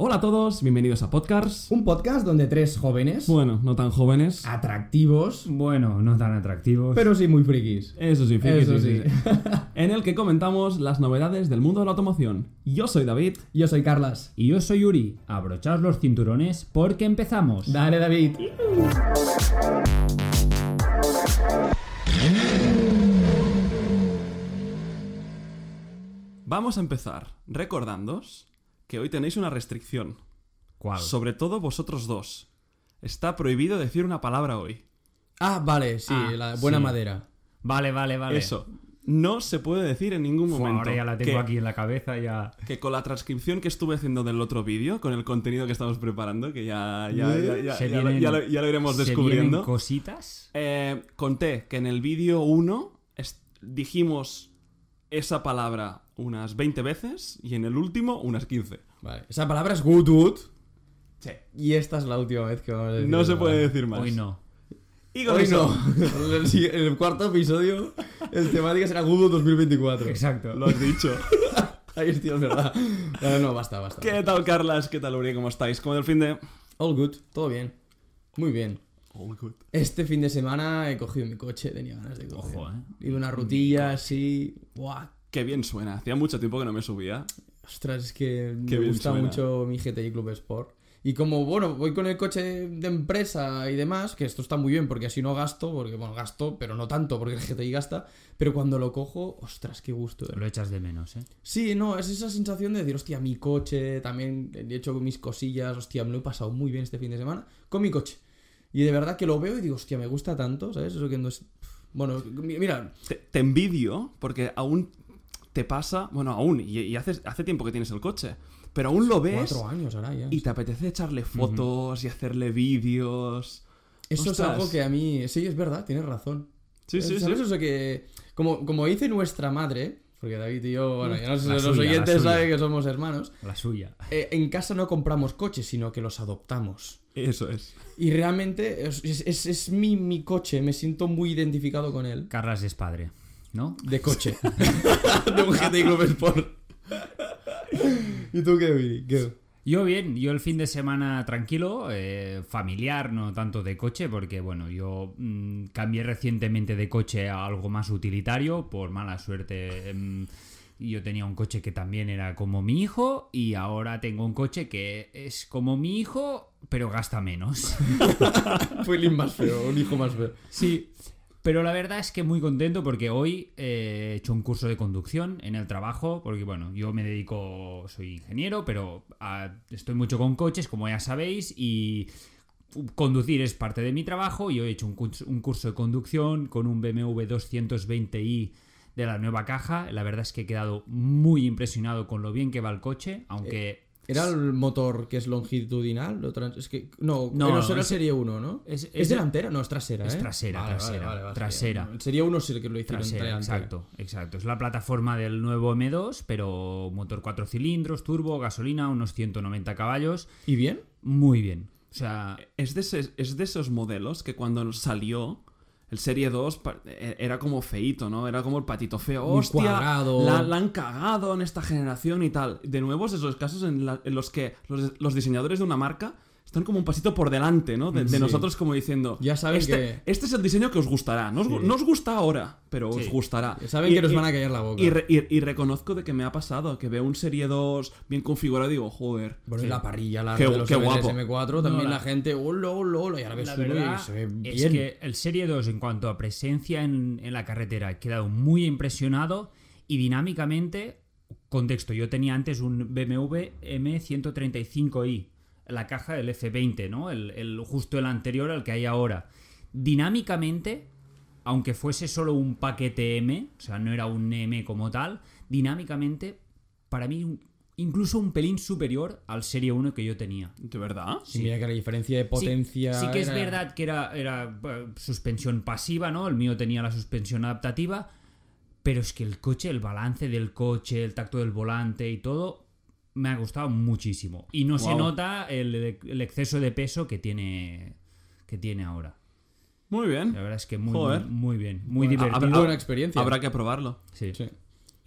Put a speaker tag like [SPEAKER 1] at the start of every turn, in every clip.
[SPEAKER 1] Hola a todos, bienvenidos a Podcast.
[SPEAKER 2] Un podcast donde tres jóvenes
[SPEAKER 1] Bueno, no tan jóvenes.
[SPEAKER 2] atractivos,
[SPEAKER 3] Bueno, no tan atractivos.
[SPEAKER 2] pero sí muy frikis.
[SPEAKER 1] Eso sí, friki,
[SPEAKER 2] Eso
[SPEAKER 1] sí,
[SPEAKER 2] sí.
[SPEAKER 1] sí, sí. En el que comentamos las novedades del mundo de la automoción. Yo soy David.
[SPEAKER 2] Yo soy Carlas.
[SPEAKER 3] Y yo soy Yuri. Abrochaos los cinturones porque empezamos.
[SPEAKER 2] Dale, David.
[SPEAKER 1] Vamos a empezar recordándoos que hoy tenéis una restricción.
[SPEAKER 3] ¿Cuál?
[SPEAKER 1] Sobre todo vosotros dos. Está prohibido decir una palabra hoy.
[SPEAKER 2] Ah, vale, sí,
[SPEAKER 3] Ah,
[SPEAKER 2] la buena
[SPEAKER 3] sí.
[SPEAKER 2] madera.
[SPEAKER 3] Vale, vale, vale.
[SPEAKER 1] Eso. No se puede decir en ningún
[SPEAKER 3] Fua,
[SPEAKER 1] momento.
[SPEAKER 3] ahora ya la tengo
[SPEAKER 1] que,
[SPEAKER 3] aquí en la cabeza ya.
[SPEAKER 1] que con la transcripción que estuve haciendo del otro vídeo, con el contenido que estamos preparando, que ya, ya, ya, ya-
[SPEAKER 3] Se
[SPEAKER 1] ya lo-
[SPEAKER 3] vienen-
[SPEAKER 1] ya lo, ya lo iremos
[SPEAKER 3] se
[SPEAKER 1] descubriendo.
[SPEAKER 3] vienen cositas.
[SPEAKER 1] Eh, conté que en el vídeo 1 es- dijimos esa palabra unas 20 veces y en el último unas 15.
[SPEAKER 2] Vale. Esa palabra es good wood. Y esta es la última vez que vamos a decir.
[SPEAKER 1] No se
[SPEAKER 2] esa
[SPEAKER 1] puede
[SPEAKER 2] palabra.
[SPEAKER 1] decir más.
[SPEAKER 3] Hoy no.
[SPEAKER 1] Y con
[SPEAKER 2] Hoy
[SPEAKER 1] eso
[SPEAKER 2] no. el, si- el cuarto episodio, el temática será Good Wood 2024.
[SPEAKER 3] Exacto.
[SPEAKER 1] lo has dicho.
[SPEAKER 2] Ahí estoy, es verdad. No, no, basta, basta.
[SPEAKER 1] ¿Qué tal, Carlas? ¿Qué tal, Uri? ¿Cómo estáis? ¿Cómo del fin de...?
[SPEAKER 2] All good, todo bien. Muy bien. Este fin de semana he cogido mi coche, tenía ganas de coger.
[SPEAKER 3] Ojo, eh.
[SPEAKER 2] Y una rutilla así. ¡Buah!
[SPEAKER 1] Qué bien suena. Hacía mucho tiempo que no me subía.
[SPEAKER 2] Ostras, es que
[SPEAKER 1] Qué
[SPEAKER 2] me
[SPEAKER 1] bien
[SPEAKER 2] gusta
[SPEAKER 1] suena.
[SPEAKER 2] mucho mi GTI Club Sport. Y como, bueno, voy con el coche de empresa y demás, que esto está muy bien porque así no gasto, porque, bueno, gasto, pero no tanto porque el GTI gasta, pero cuando lo cojo, ostras, qué gusto. eh.
[SPEAKER 3] Lo echas de menos, ¿eh?
[SPEAKER 2] Sí, no, es esa sensación de decir, hostia, mi coche, también he hecho mis cosillas, hostia, me lo he pasado muy bien este fin de semana con mi coche. Y de verdad que lo veo y digo, hostia, me gusta tanto, ¿sabes? Eso que no es... Bueno, mi- mira,
[SPEAKER 1] Te, te envidio porque aún te pasa... Bueno, aún. Y, y haces- hace tiempo que tienes el coche. Pero aún lo ves
[SPEAKER 2] cuatro años ahora ya.
[SPEAKER 1] y te apetece echarle fotos y hacerle vídeos.
[SPEAKER 2] Eso
[SPEAKER 1] Ostras.
[SPEAKER 2] es algo que a mí... Sí, es verdad, tienes razón.
[SPEAKER 1] Sí, sí,
[SPEAKER 2] Eh, ¿Sabes?
[SPEAKER 1] sí.
[SPEAKER 2] O sea que, como, como dice nuestra madre, porque David y yo, bueno, ya no sé,
[SPEAKER 3] Mm, La
[SPEAKER 2] los
[SPEAKER 3] suya, la
[SPEAKER 2] oyentes
[SPEAKER 3] suya.
[SPEAKER 2] saben que somos hermanos,
[SPEAKER 3] La suya.
[SPEAKER 2] eh, en casa no compramos coches, sino que los adoptamos.
[SPEAKER 1] Eso es.
[SPEAKER 2] Y realmente es, es- es- es mi, mi coche, me siento muy identificado con él.
[SPEAKER 3] Carlas es padre, ¿no?
[SPEAKER 2] De coche. de un GTI Club Sport. ¿Y tú qué, Viri? ¿Qué?
[SPEAKER 3] Yo bien, yo el fin de semana tranquilo, eh, familiar, no tanto de coche, porque bueno, yo mm, cambié recientemente de coche a algo más utilitario, por mala suerte. em, yo tenía un coche que también era como mi hijo y ahora tengo un coche que es como mi hijo, pero gasta menos.
[SPEAKER 2] Fue el más feo, un hijo más feo.
[SPEAKER 3] Sí, pero la verdad es que muy contento porque hoy eh, he hecho un curso de conducción en el trabajo, porque bueno, yo me dedico, soy ingeniero, pero ah, estoy mucho con coches, como ya sabéis, y conducir es parte de mi trabajo y hoy he hecho un curso, un curso de conducción con un BMW 220i de la nueva caja. La verdad es que he quedado muy impresionado con lo bien que va el coche, aunque...
[SPEAKER 2] Era el motor que es longitudinal, lo trans- es que no,
[SPEAKER 3] No,
[SPEAKER 2] no, era
[SPEAKER 3] es-
[SPEAKER 2] serie 1, ¿no?
[SPEAKER 3] es-
[SPEAKER 2] Es,
[SPEAKER 3] es-
[SPEAKER 2] delantera, no, es trasera,
[SPEAKER 3] es
[SPEAKER 2] ¿eh?
[SPEAKER 3] trasera, trasera, trasera.
[SPEAKER 2] El serie 1 sí que lo hicieron
[SPEAKER 3] Trasera,
[SPEAKER 2] delantera.
[SPEAKER 3] exacto, exacto. Es la plataforma del nuevo M2, pero motor 4 cilindros, turbo, gasolina, unos 190 caballos.
[SPEAKER 2] ¿Y bien?
[SPEAKER 3] Muy bien. O sea,
[SPEAKER 1] Es de, ese- es de esos modelos que cuando salió el Serie 2 pa- e- era como feito, ¿no? Era como el patito feo.
[SPEAKER 2] Muy
[SPEAKER 1] ¡Hostia!
[SPEAKER 2] cuadrado.
[SPEAKER 1] La, la han cagado en esta generación y tal. De nuevo, es esos casos en, la- en los que los, los diseñadores de una marca están como un pasito por delante, ¿no? De, de
[SPEAKER 2] Sí.
[SPEAKER 1] nosotros como diciendo...
[SPEAKER 2] Ya saben
[SPEAKER 1] este,
[SPEAKER 2] que-
[SPEAKER 1] Este es el diseño que os gustará. No os, gu- no os gusta ahora, pero os
[SPEAKER 3] Sí.
[SPEAKER 1] gustará.
[SPEAKER 2] Saben
[SPEAKER 1] Y-
[SPEAKER 2] que nos
[SPEAKER 1] y-
[SPEAKER 2] van a callar la boca.
[SPEAKER 1] y, re- y- y reconozco de que me ha pasado, que veo un Serie 2 bien configurado y digo, joder,
[SPEAKER 2] Bueno, y la parrilla, la
[SPEAKER 1] Qué-
[SPEAKER 2] de los
[SPEAKER 1] qué guapo.
[SPEAKER 2] M4, también
[SPEAKER 3] No,
[SPEAKER 2] la...
[SPEAKER 3] la-
[SPEAKER 2] gente, oh, hola, hola, hola, y ahora ves
[SPEAKER 3] la
[SPEAKER 2] uno y
[SPEAKER 3] verdad
[SPEAKER 2] se ve bien.
[SPEAKER 3] es que el Serie 2 en cuanto a presencia en, en la carretera he quedado muy impresionado y dinámicamente, contexto, yo tenía antes un BMW M135i, la caja del F20, ¿no? El, el- justo el anterior al que hay ahora. Dinámicamente, aunque fuese solo un paquete M, o sea, no era un M como tal, dinámicamente, para mí un- incluso un pelín superior al Serie 1 que yo tenía.
[SPEAKER 1] ¿de verdad?
[SPEAKER 2] Sí, mira que la diferencia de
[SPEAKER 3] Sí-
[SPEAKER 2] potencia...
[SPEAKER 3] Sí, que es
[SPEAKER 2] era-
[SPEAKER 3] verdad que era, era, eh, suspensión pasiva, ¿no? El mío tenía la suspensión adaptativa, pero es que el coche, el balance del coche, el tacto del volante y todo, me ha gustado muchísimo. Y no se
[SPEAKER 1] Guau.
[SPEAKER 3] nota el, el exceso de peso que tiene, que tiene ahora.
[SPEAKER 1] Muy bien.
[SPEAKER 3] La verdad es que muy,
[SPEAKER 1] Joder.
[SPEAKER 3] muy, muy bien, muy
[SPEAKER 1] Bueno,
[SPEAKER 3] divertido.
[SPEAKER 1] habrá-
[SPEAKER 2] Buena experiencia.
[SPEAKER 1] Habrá que probarlo.
[SPEAKER 3] Sí.
[SPEAKER 2] Sí.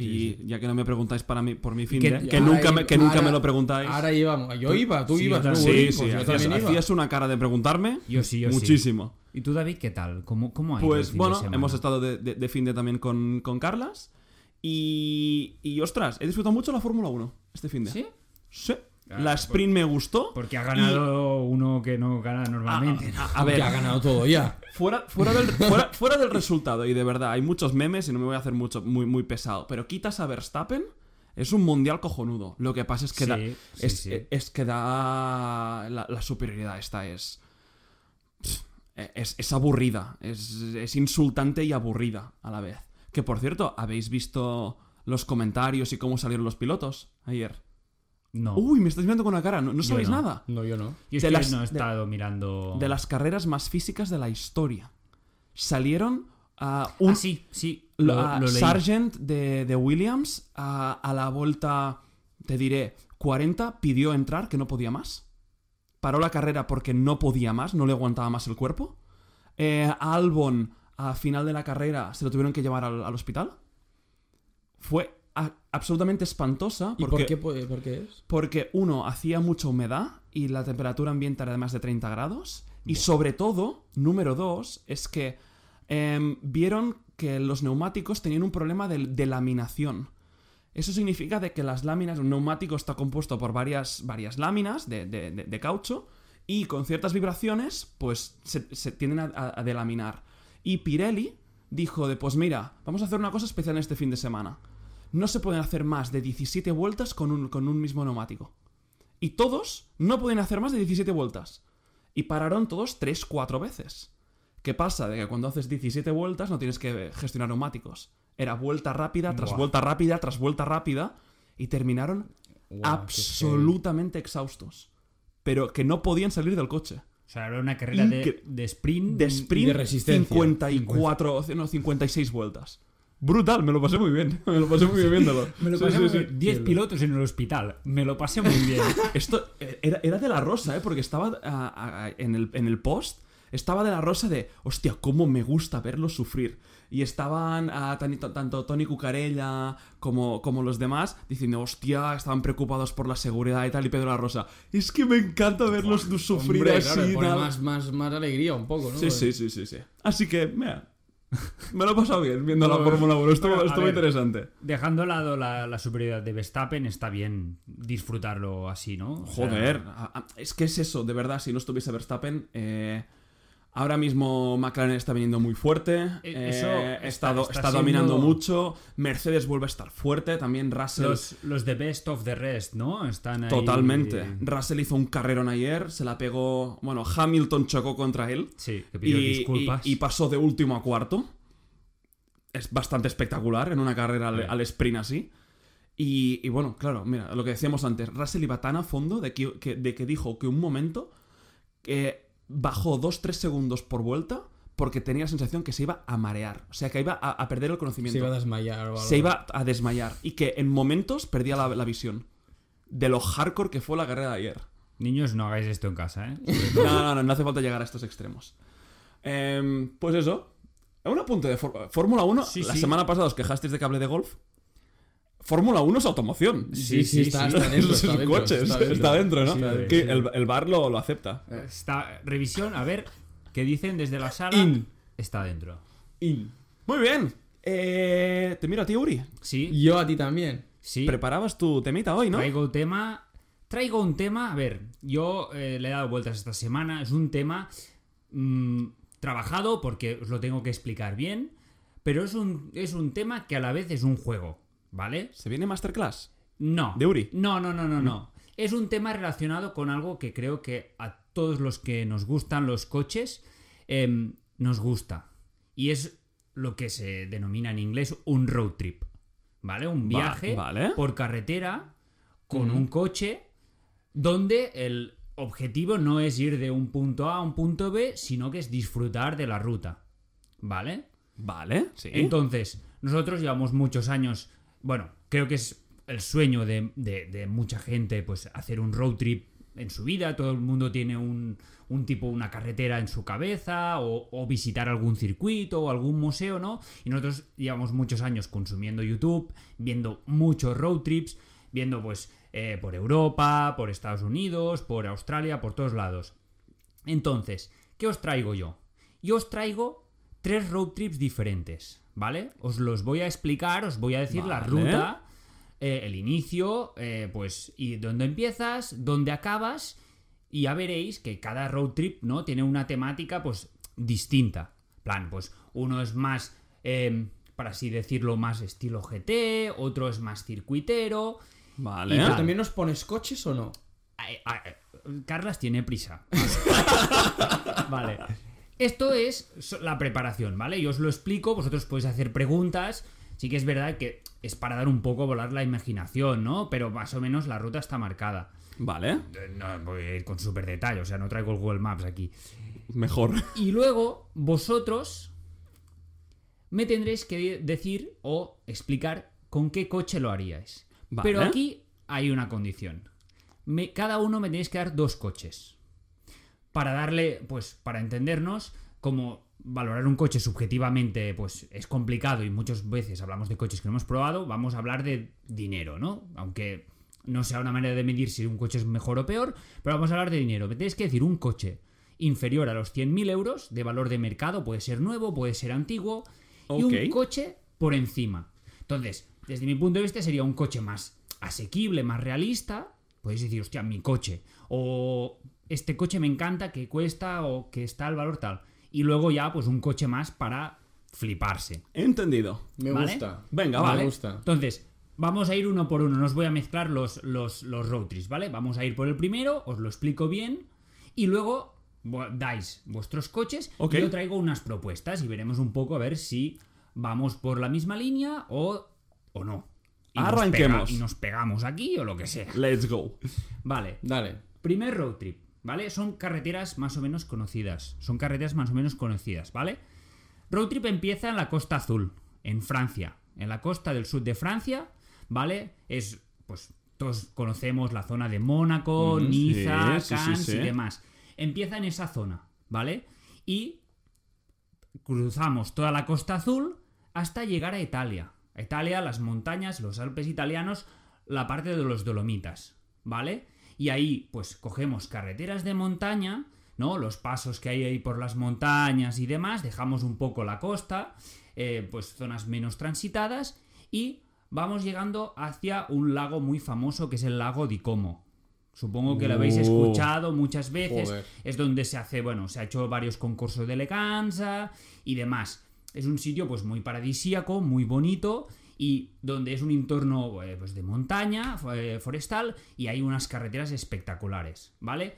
[SPEAKER 1] y ya que no me preguntáis para mí, por mi fin,
[SPEAKER 3] que-
[SPEAKER 1] de- que
[SPEAKER 2] ahora
[SPEAKER 1] nunca,
[SPEAKER 2] i-
[SPEAKER 1] me, que nunca
[SPEAKER 2] ahora-
[SPEAKER 1] me lo preguntáis.
[SPEAKER 2] Ahora íbamos. Yo iba, tú
[SPEAKER 3] Sí,
[SPEAKER 2] ibas,
[SPEAKER 3] yo
[SPEAKER 2] ¿no?
[SPEAKER 3] también.
[SPEAKER 1] sí,
[SPEAKER 2] Pues
[SPEAKER 1] sí,
[SPEAKER 2] yo
[SPEAKER 1] hacías,
[SPEAKER 2] también iba.
[SPEAKER 1] hacías una cara de preguntarme.
[SPEAKER 3] Yo sí, yo sí.
[SPEAKER 1] muchísimo.
[SPEAKER 3] ¿Y tú, David, qué tal? ¿Cómo, cómo ha ido el
[SPEAKER 1] Pues
[SPEAKER 3] fin de
[SPEAKER 1] bueno,
[SPEAKER 3] semana?
[SPEAKER 1] hemos estado de, de, de fin de también con, con Carlas. Y, y ostras, he disfrutado mucho la Fórmula 1 este fin de.
[SPEAKER 3] ¿Sí?
[SPEAKER 1] Sí.
[SPEAKER 3] Ah,
[SPEAKER 1] la sprint me gustó.
[SPEAKER 3] Porque ha ganado uno que no gana
[SPEAKER 1] Ah,
[SPEAKER 3] normalmente. ¿no?
[SPEAKER 1] a- a- a
[SPEAKER 2] Aunque
[SPEAKER 1] ver,
[SPEAKER 2] ha ganado todo ya.
[SPEAKER 1] Fuera, fuera, del, fuera, fuera del resultado, y de verdad, hay muchos memes y no me voy a hacer mucho, muy, muy pesado, pero quitas a Verstappen, es un mundial cojonudo. Lo que pasa es que
[SPEAKER 3] Sí,
[SPEAKER 1] da,
[SPEAKER 3] sí,
[SPEAKER 1] es,
[SPEAKER 3] sí.
[SPEAKER 1] es- es que da la, la superioridad esta es, e, es, es aburrida, es, es insultante y aburrida a la vez. Que por cierto, ¿habéis visto los comentarios y cómo salieron los pilotos ayer?
[SPEAKER 3] No.
[SPEAKER 1] Uy, me estáis mirando con la cara, no, no
[SPEAKER 3] Yo
[SPEAKER 1] sabéis
[SPEAKER 3] no.
[SPEAKER 1] nada.
[SPEAKER 2] No, yo no.
[SPEAKER 3] Yo es
[SPEAKER 1] de
[SPEAKER 3] que
[SPEAKER 1] las-
[SPEAKER 3] no he
[SPEAKER 1] de-
[SPEAKER 3] estado mirando.
[SPEAKER 1] De las carreras más físicas de la historia. Salieron a
[SPEAKER 3] Ah,
[SPEAKER 1] un,
[SPEAKER 3] sí, sí.
[SPEAKER 1] Lo-
[SPEAKER 3] Lo,
[SPEAKER 1] a
[SPEAKER 3] lo leí.
[SPEAKER 1] Ah, Sargent de, de Williams a, a la vuelta, te diré, 40 pidió entrar que no podía más. Paró la carrera porque no podía más, no le aguantaba más el cuerpo. Eh, a Albon, a final de la carrera, se lo tuvieron que llevar al, al hospital. Fue a- absolutamente espantosa
[SPEAKER 2] ¿Y
[SPEAKER 1] porque,
[SPEAKER 2] por qué, po- por qué es?
[SPEAKER 1] porque, uno, hacía mucha humedad y la temperatura ambiente era de más de 30 grados. Y sobre todo, número dos, es que em, vieron que los neumáticos tenían un problema de, de laminación. Eso significa de que las láminas, un neumático está compuesto por varias, varias láminas de, de- de- de caucho y con ciertas vibraciones, pues se, se tienden a, a- a delaminar. Y Pirelli dijo de, pues mira, vamos a hacer una cosa especial este fin de semana. No se pueden hacer más de 17 vueltas con un, con un mismo neumático. Y todos no pueden hacer más de 17 vueltas. Y pararon todos 3-4 veces. ¿Qué pasa? De que cuando haces 17 vueltas no tienes que gestionar neumáticos. Era vuelta rápida, tras
[SPEAKER 3] Buah.
[SPEAKER 1] vuelta rápida, tras vuelta rápida. Y terminaron
[SPEAKER 2] Guau,
[SPEAKER 1] absolutamente exhaustos. Pero que no podían salir del coche.
[SPEAKER 3] O sea, era una carrera
[SPEAKER 1] Incre-
[SPEAKER 3] de, Mm, de sprint.
[SPEAKER 1] De sprint,
[SPEAKER 2] de resistencia.
[SPEAKER 1] 54, no, 56 vueltas. Brutal, me lo pasé muy bien. Me lo pasé muy bien viéndolo.
[SPEAKER 3] Me lo
[SPEAKER 1] Sí,
[SPEAKER 3] pasé
[SPEAKER 1] sí,
[SPEAKER 3] muy
[SPEAKER 1] sí.
[SPEAKER 3] bien. 10 pilotos en el hospital. Me lo pasé muy bien.
[SPEAKER 1] Esto eh, era, era de la rosa, ¿eh? Porque estaba ah, ah, ah, en, el, en el post, estaba de la rosa de, hostia, cómo me gusta verlos sufrir. Y estaban ah, tani- to- tanto Tony Cucarella como, como los demás diciendo, hostia, estaban preocupados por la seguridad y tal. Y Pedro la rosa, es que me encanta verlos sufrir
[SPEAKER 2] Hombre,
[SPEAKER 1] así.
[SPEAKER 2] claro, le pone
[SPEAKER 1] tal".
[SPEAKER 2] más, más, más alegría un poco, ¿no?
[SPEAKER 1] Sí, sí, sí, sí, sí. Así que, mira, me lo he pasado bien viendo la
[SPEAKER 3] No,
[SPEAKER 1] Fórmula 1.
[SPEAKER 3] bueno,
[SPEAKER 1] Estuvo,
[SPEAKER 3] a
[SPEAKER 1] estuvo
[SPEAKER 3] ver.
[SPEAKER 1] interesante.
[SPEAKER 3] Dejando a lado la, la superioridad de Verstappen, está bien disfrutarlo así, ¿no? O sea,
[SPEAKER 1] Joder, a- a- es que es eso, de verdad, si no estuviese Verstappen, eh, ahora mismo McLaren está viniendo muy fuerte,
[SPEAKER 3] Eh,
[SPEAKER 1] eh,
[SPEAKER 3] eso está-
[SPEAKER 1] está, estado-
[SPEAKER 3] está
[SPEAKER 1] está dominando
[SPEAKER 3] siendo-
[SPEAKER 1] mucho, Mercedes vuelve a estar fuerte, también Russell,
[SPEAKER 3] los, los de best of the rest, ¿no? Están ahí.
[SPEAKER 1] totalmente. Russell hizo un carrerón ayer, se la pegó, bueno, Hamilton chocó contra él
[SPEAKER 3] Sí, que pidió
[SPEAKER 1] y,
[SPEAKER 3] disculpas.
[SPEAKER 1] y- y pasó de último a cuarto. Es bastante espectacular en una carrera al,
[SPEAKER 3] Sí.
[SPEAKER 1] al sprint así. Y, y bueno, claro, mira, lo que decíamos antes, Russell iba tan a fondo de que, que- de que dijo que un momento que bajó 2-3 segundos por vuelta porque tenía la sensación que se iba a marear, o sea, que iba a, a perder el conocimiento
[SPEAKER 2] Se iba a desmayar o algo.
[SPEAKER 1] se iba a desmayar y que en momentos perdía la, la visión de lo hardcore que fue la carrera de ayer.
[SPEAKER 3] Niños, no hagáis esto en casa, ¿eh?
[SPEAKER 1] No, no, no, no hace falta llegar a estos extremos. Em, pues eso. Un apunte de Fór- Fórmula 1.
[SPEAKER 3] Sí,
[SPEAKER 1] la
[SPEAKER 3] sí.
[SPEAKER 1] semana pasada os quejasteis de cable de golf. Fórmula 1 es automoción.
[SPEAKER 2] Sí, sí,
[SPEAKER 3] Sí, sí,
[SPEAKER 2] está,
[SPEAKER 3] sí.
[SPEAKER 2] está dentro.
[SPEAKER 1] es
[SPEAKER 2] está
[SPEAKER 1] un
[SPEAKER 2] dentro,
[SPEAKER 1] coche, está, está dentro, ¿no?
[SPEAKER 2] Sí, está
[SPEAKER 1] que
[SPEAKER 2] dentro.
[SPEAKER 1] El, el bar lo, lo acepta.
[SPEAKER 3] Está, revisión, a ver, ¿qué dicen desde la sala?
[SPEAKER 2] In.
[SPEAKER 3] Está dentro.
[SPEAKER 1] Muy bien. Eh, te miro a ti, Uri.
[SPEAKER 3] Sí,
[SPEAKER 2] Yo a ti también.
[SPEAKER 3] sí.
[SPEAKER 1] Preparabas tu temita hoy, ¿no?
[SPEAKER 3] Traigo un tema. Traigo un tema. A ver, yo eh, le he dado vueltas esta semana. Es un tema mm, trabajado porque os lo tengo que explicar bien. Pero es un, es un tema que a la vez es un juego, ¿vale?
[SPEAKER 1] Se viene Masterclass.
[SPEAKER 3] No.
[SPEAKER 1] De Uri.
[SPEAKER 3] No, no, no, no, no. Es un tema relacionado con algo que creo que a todos los que nos gustan los coches em, nos gusta. Y es lo que se denomina en inglés un road trip. ¿Vale? Un
[SPEAKER 1] Va-
[SPEAKER 3] viaje
[SPEAKER 1] vale.
[SPEAKER 3] por carretera con un coche donde el objetivo no es ir de un punto A a un punto B, sino que es disfrutar de la ruta. ¿Vale?
[SPEAKER 1] Vale, sí.
[SPEAKER 3] Entonces, nosotros llevamos muchos años. Bueno, creo que es el sueño de, de- de mucha gente, pues hacer un road trip en su vida, todo el mundo tiene un, un tipo, una carretera en su cabeza, o, o visitar algún circuito o algún museo, ¿no? Y nosotros llevamos muchos años consumiendo YouTube, viendo muchos road trips, viendo pues eh, por Europa, por Estados Unidos, por Australia, por todos lados. Entonces, ¿qué os traigo yo? Yo os traigo tres road trips diferentes, ¿vale? Os los voy a explicar, os voy a decir la
[SPEAKER 1] Vale.
[SPEAKER 3] ruta, eh, el inicio, eh, pues, y dónde empiezas, dónde acabas, y ya veréis que cada road trip, ¿no? Tiene una temática, pues, distinta. Plan, pues, uno es más, eh, para así decirlo, más estilo GT, otro es más circuitero.
[SPEAKER 1] Vale.
[SPEAKER 2] ¿Pero también nos pones coches o no?
[SPEAKER 3] Ay, ay, ay, Carlas tiene prisa. vale. Esto es so- la preparación, ¿vale? Yo os lo explico, vosotros podéis hacer preguntas. Sí que es verdad que es para dar un poco a volar la imaginación, ¿no? Pero más o menos la ruta está marcada.
[SPEAKER 1] Vale.
[SPEAKER 3] Eh, No, voy a ir con súper detalle, o sea, no traigo el Google Maps aquí.
[SPEAKER 1] Mejor.
[SPEAKER 3] Y luego vosotros me tendréis que de- decir o explicar con qué coche lo haríais.
[SPEAKER 1] Vale.
[SPEAKER 3] Pero aquí hay una condición. Me- cada uno me tenéis que dar dos coches. Para darle, pues, para entendernos, como valorar un coche subjetivamente, pues es complicado y muchas veces hablamos de coches que no hemos probado, vamos a hablar de dinero, ¿no? Aunque no sea una manera de medir si un coche es mejor o peor, pero vamos a hablar de dinero. Me tenéis que decir un coche inferior a los 100.000 euros de valor de mercado, puede ser nuevo, puede ser antiguo, y un
[SPEAKER 1] Ok.
[SPEAKER 3] coche por encima. Entonces, desde mi punto de vista sería un coche más asequible, más realista. Podéis decir, hostia, mi coche. O este coche me encanta, que cuesta o que está al valor tal. Y luego ya, pues un coche más para fliparse.
[SPEAKER 1] Entendido.
[SPEAKER 2] Me
[SPEAKER 3] Vale.
[SPEAKER 2] gusta.
[SPEAKER 1] Venga,
[SPEAKER 2] me
[SPEAKER 1] vale.
[SPEAKER 2] gusta.
[SPEAKER 3] Entonces, vamos a ir uno por uno. No os voy a mezclar los, los, los road trips, ¿vale? Vamos a ir por el primero, os lo explico bien. Y luego bu- dais vuestros coches.
[SPEAKER 1] Ok.
[SPEAKER 3] Y yo traigo unas propuestas y veremos un poco a ver si vamos por la misma línea o, o no. Y nos pega-
[SPEAKER 1] Arranquemos.
[SPEAKER 3] y nos pegamos aquí o lo que sea.
[SPEAKER 1] Let's go.
[SPEAKER 3] Vale.
[SPEAKER 2] Dale.
[SPEAKER 3] Primer road trip, ¿vale? Son carreteras más o menos conocidas. Son carreteras más o menos conocidas, ¿vale? Road trip empieza en la Costa Azul, en Francia. En la costa del sur de Francia, ¿vale? Es, pues, todos conocemos la zona de Mónaco,
[SPEAKER 1] Mm,
[SPEAKER 3] Niza,
[SPEAKER 1] sí, sí, sí,
[SPEAKER 3] Cannes
[SPEAKER 1] sí.
[SPEAKER 3] y demás. Empieza en esa zona, ¿vale? Y cruzamos toda la costa azul hasta llegar a Italia. A Italia, las montañas, los Alpes italianos, la parte de los Dolomitas, ¿vale? Y ahí, pues cogemos carreteras de montaña, ¿no? Los pasos que hay ahí por las montañas y demás, dejamos un poco la costa, eh, pues zonas menos transitadas y vamos llegando hacia un lago muy famoso que es el lago di Como. Supongo que lo habéis
[SPEAKER 1] Oh.
[SPEAKER 3] escuchado muchas veces
[SPEAKER 2] Joder.
[SPEAKER 3] es donde se hace, bueno, se ha hecho varios concursos de elegancia y demás. Es un sitio pues muy paradisíaco, muy bonito y donde es un entorno eh, pues de montaña, fo- eh, forestal y hay unas carreteras espectaculares, ¿vale?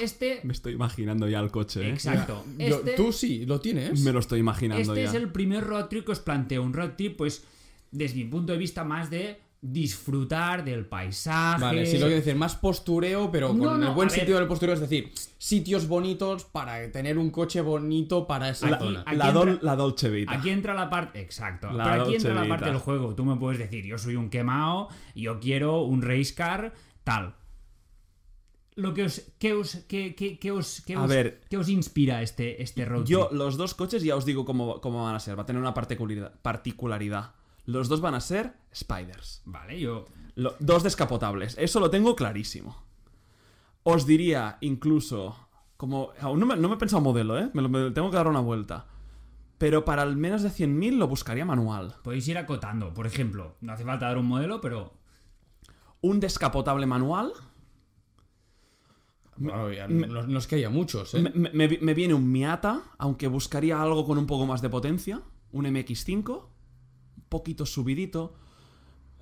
[SPEAKER 3] Este,
[SPEAKER 1] Me estoy imaginando ya el coche, ¿eh?
[SPEAKER 3] exacto.
[SPEAKER 2] Yo-
[SPEAKER 3] Este,
[SPEAKER 2] tú sí, lo tienes.
[SPEAKER 1] Me lo estoy imaginando
[SPEAKER 3] este
[SPEAKER 1] ya.
[SPEAKER 3] es el primer road trip que os planteo. Un road trip, pues, desde mi punto de vista, más de disfrutar del paisaje.
[SPEAKER 2] Vale, si lo quiero decir, más postureo, pero con
[SPEAKER 3] No, no,
[SPEAKER 2] el buen
[SPEAKER 3] a ver.
[SPEAKER 2] sentido del postureo, es decir, sitios bonitos para tener un coche bonito para esa
[SPEAKER 3] La-
[SPEAKER 2] zona.
[SPEAKER 3] aquí
[SPEAKER 1] La, dol-
[SPEAKER 3] entra-
[SPEAKER 1] la Dolce Vita.
[SPEAKER 3] Aquí entra la parte. Exacto.
[SPEAKER 1] La
[SPEAKER 3] pero aquí
[SPEAKER 1] Dolce
[SPEAKER 3] entra la
[SPEAKER 1] Vita.
[SPEAKER 3] parte del juego. Tú me puedes decir, yo soy un quemao, yo quiero un race car, tal. Lo que os. ¿Qué os, qué, qué- qué os, qué
[SPEAKER 1] A
[SPEAKER 3] os-
[SPEAKER 1] ver.
[SPEAKER 3] qué os inspira este, este road
[SPEAKER 1] Yo,
[SPEAKER 3] trip?
[SPEAKER 1] los dos coches ya os digo cómo, cómo van a ser. Va a tener una particulari- particularidad. Los dos van a ser Spiders.
[SPEAKER 3] Vale, yo.
[SPEAKER 1] Lo- dos descapotables. Eso lo tengo clarísimo. Os diría incluso, como... Aún no me, no me he pensado modelo, ¿eh? Me, lo, me tengo que dar una vuelta. Pero para al menos de 100.000 lo buscaría manual.
[SPEAKER 3] Podéis ir acotando, por ejemplo. No hace falta dar un modelo, pero.
[SPEAKER 1] Un descapotable manual.
[SPEAKER 2] Bueno, ya Ah, no, no es que haya muchos, ¿eh?
[SPEAKER 1] Me, me- me vi- me viene un Miata, aunque buscaría algo con un poco más de potencia. Un MX5. Un poquito subidito.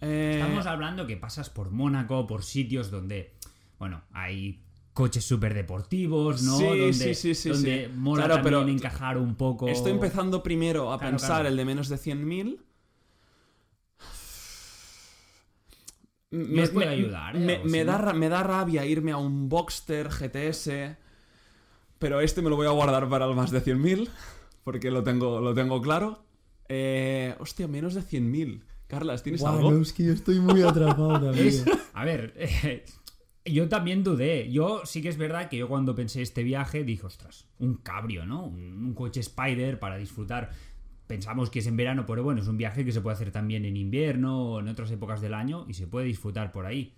[SPEAKER 1] Eh,
[SPEAKER 3] Estamos hablando que pasas por Mónaco, por sitios donde. Bueno, hay coches súper deportivos, ¿no?
[SPEAKER 1] Sí,
[SPEAKER 3] donde,
[SPEAKER 1] sí, sí, sí,
[SPEAKER 3] donde
[SPEAKER 1] sí.
[SPEAKER 3] mola
[SPEAKER 1] Claro,
[SPEAKER 3] también
[SPEAKER 1] pero
[SPEAKER 3] encajar un poco.
[SPEAKER 1] Eh, Estoy empezando primero a
[SPEAKER 3] Claro,
[SPEAKER 1] pensar
[SPEAKER 3] claro.
[SPEAKER 1] el de menos de 100.000.
[SPEAKER 3] Yo os puedo ayudar, ¿eh?
[SPEAKER 1] me-
[SPEAKER 3] O
[SPEAKER 1] me
[SPEAKER 3] si
[SPEAKER 1] da,
[SPEAKER 3] no-
[SPEAKER 1] ra- me da rabia irme a un Boxster GTS, pero este me lo voy a guardar para el más de 100.000, porque lo tengo, lo tengo claro. Eh, hostia, menos de 100.000. Carlas, ¿tienes
[SPEAKER 2] Guau,
[SPEAKER 1] algo?
[SPEAKER 2] no, es que yo estoy muy atrapado también.
[SPEAKER 3] A ver, eh, Yo también dudé. Yo sí que es verdad que yo cuando pensé este viaje dije, ostras, un cabrio, ¿no? Un, un coche Spider para disfrutar. Pensamos que es en verano, pero bueno, es un viaje que se puede hacer también en invierno o en otras épocas del año y se puede disfrutar por ahí.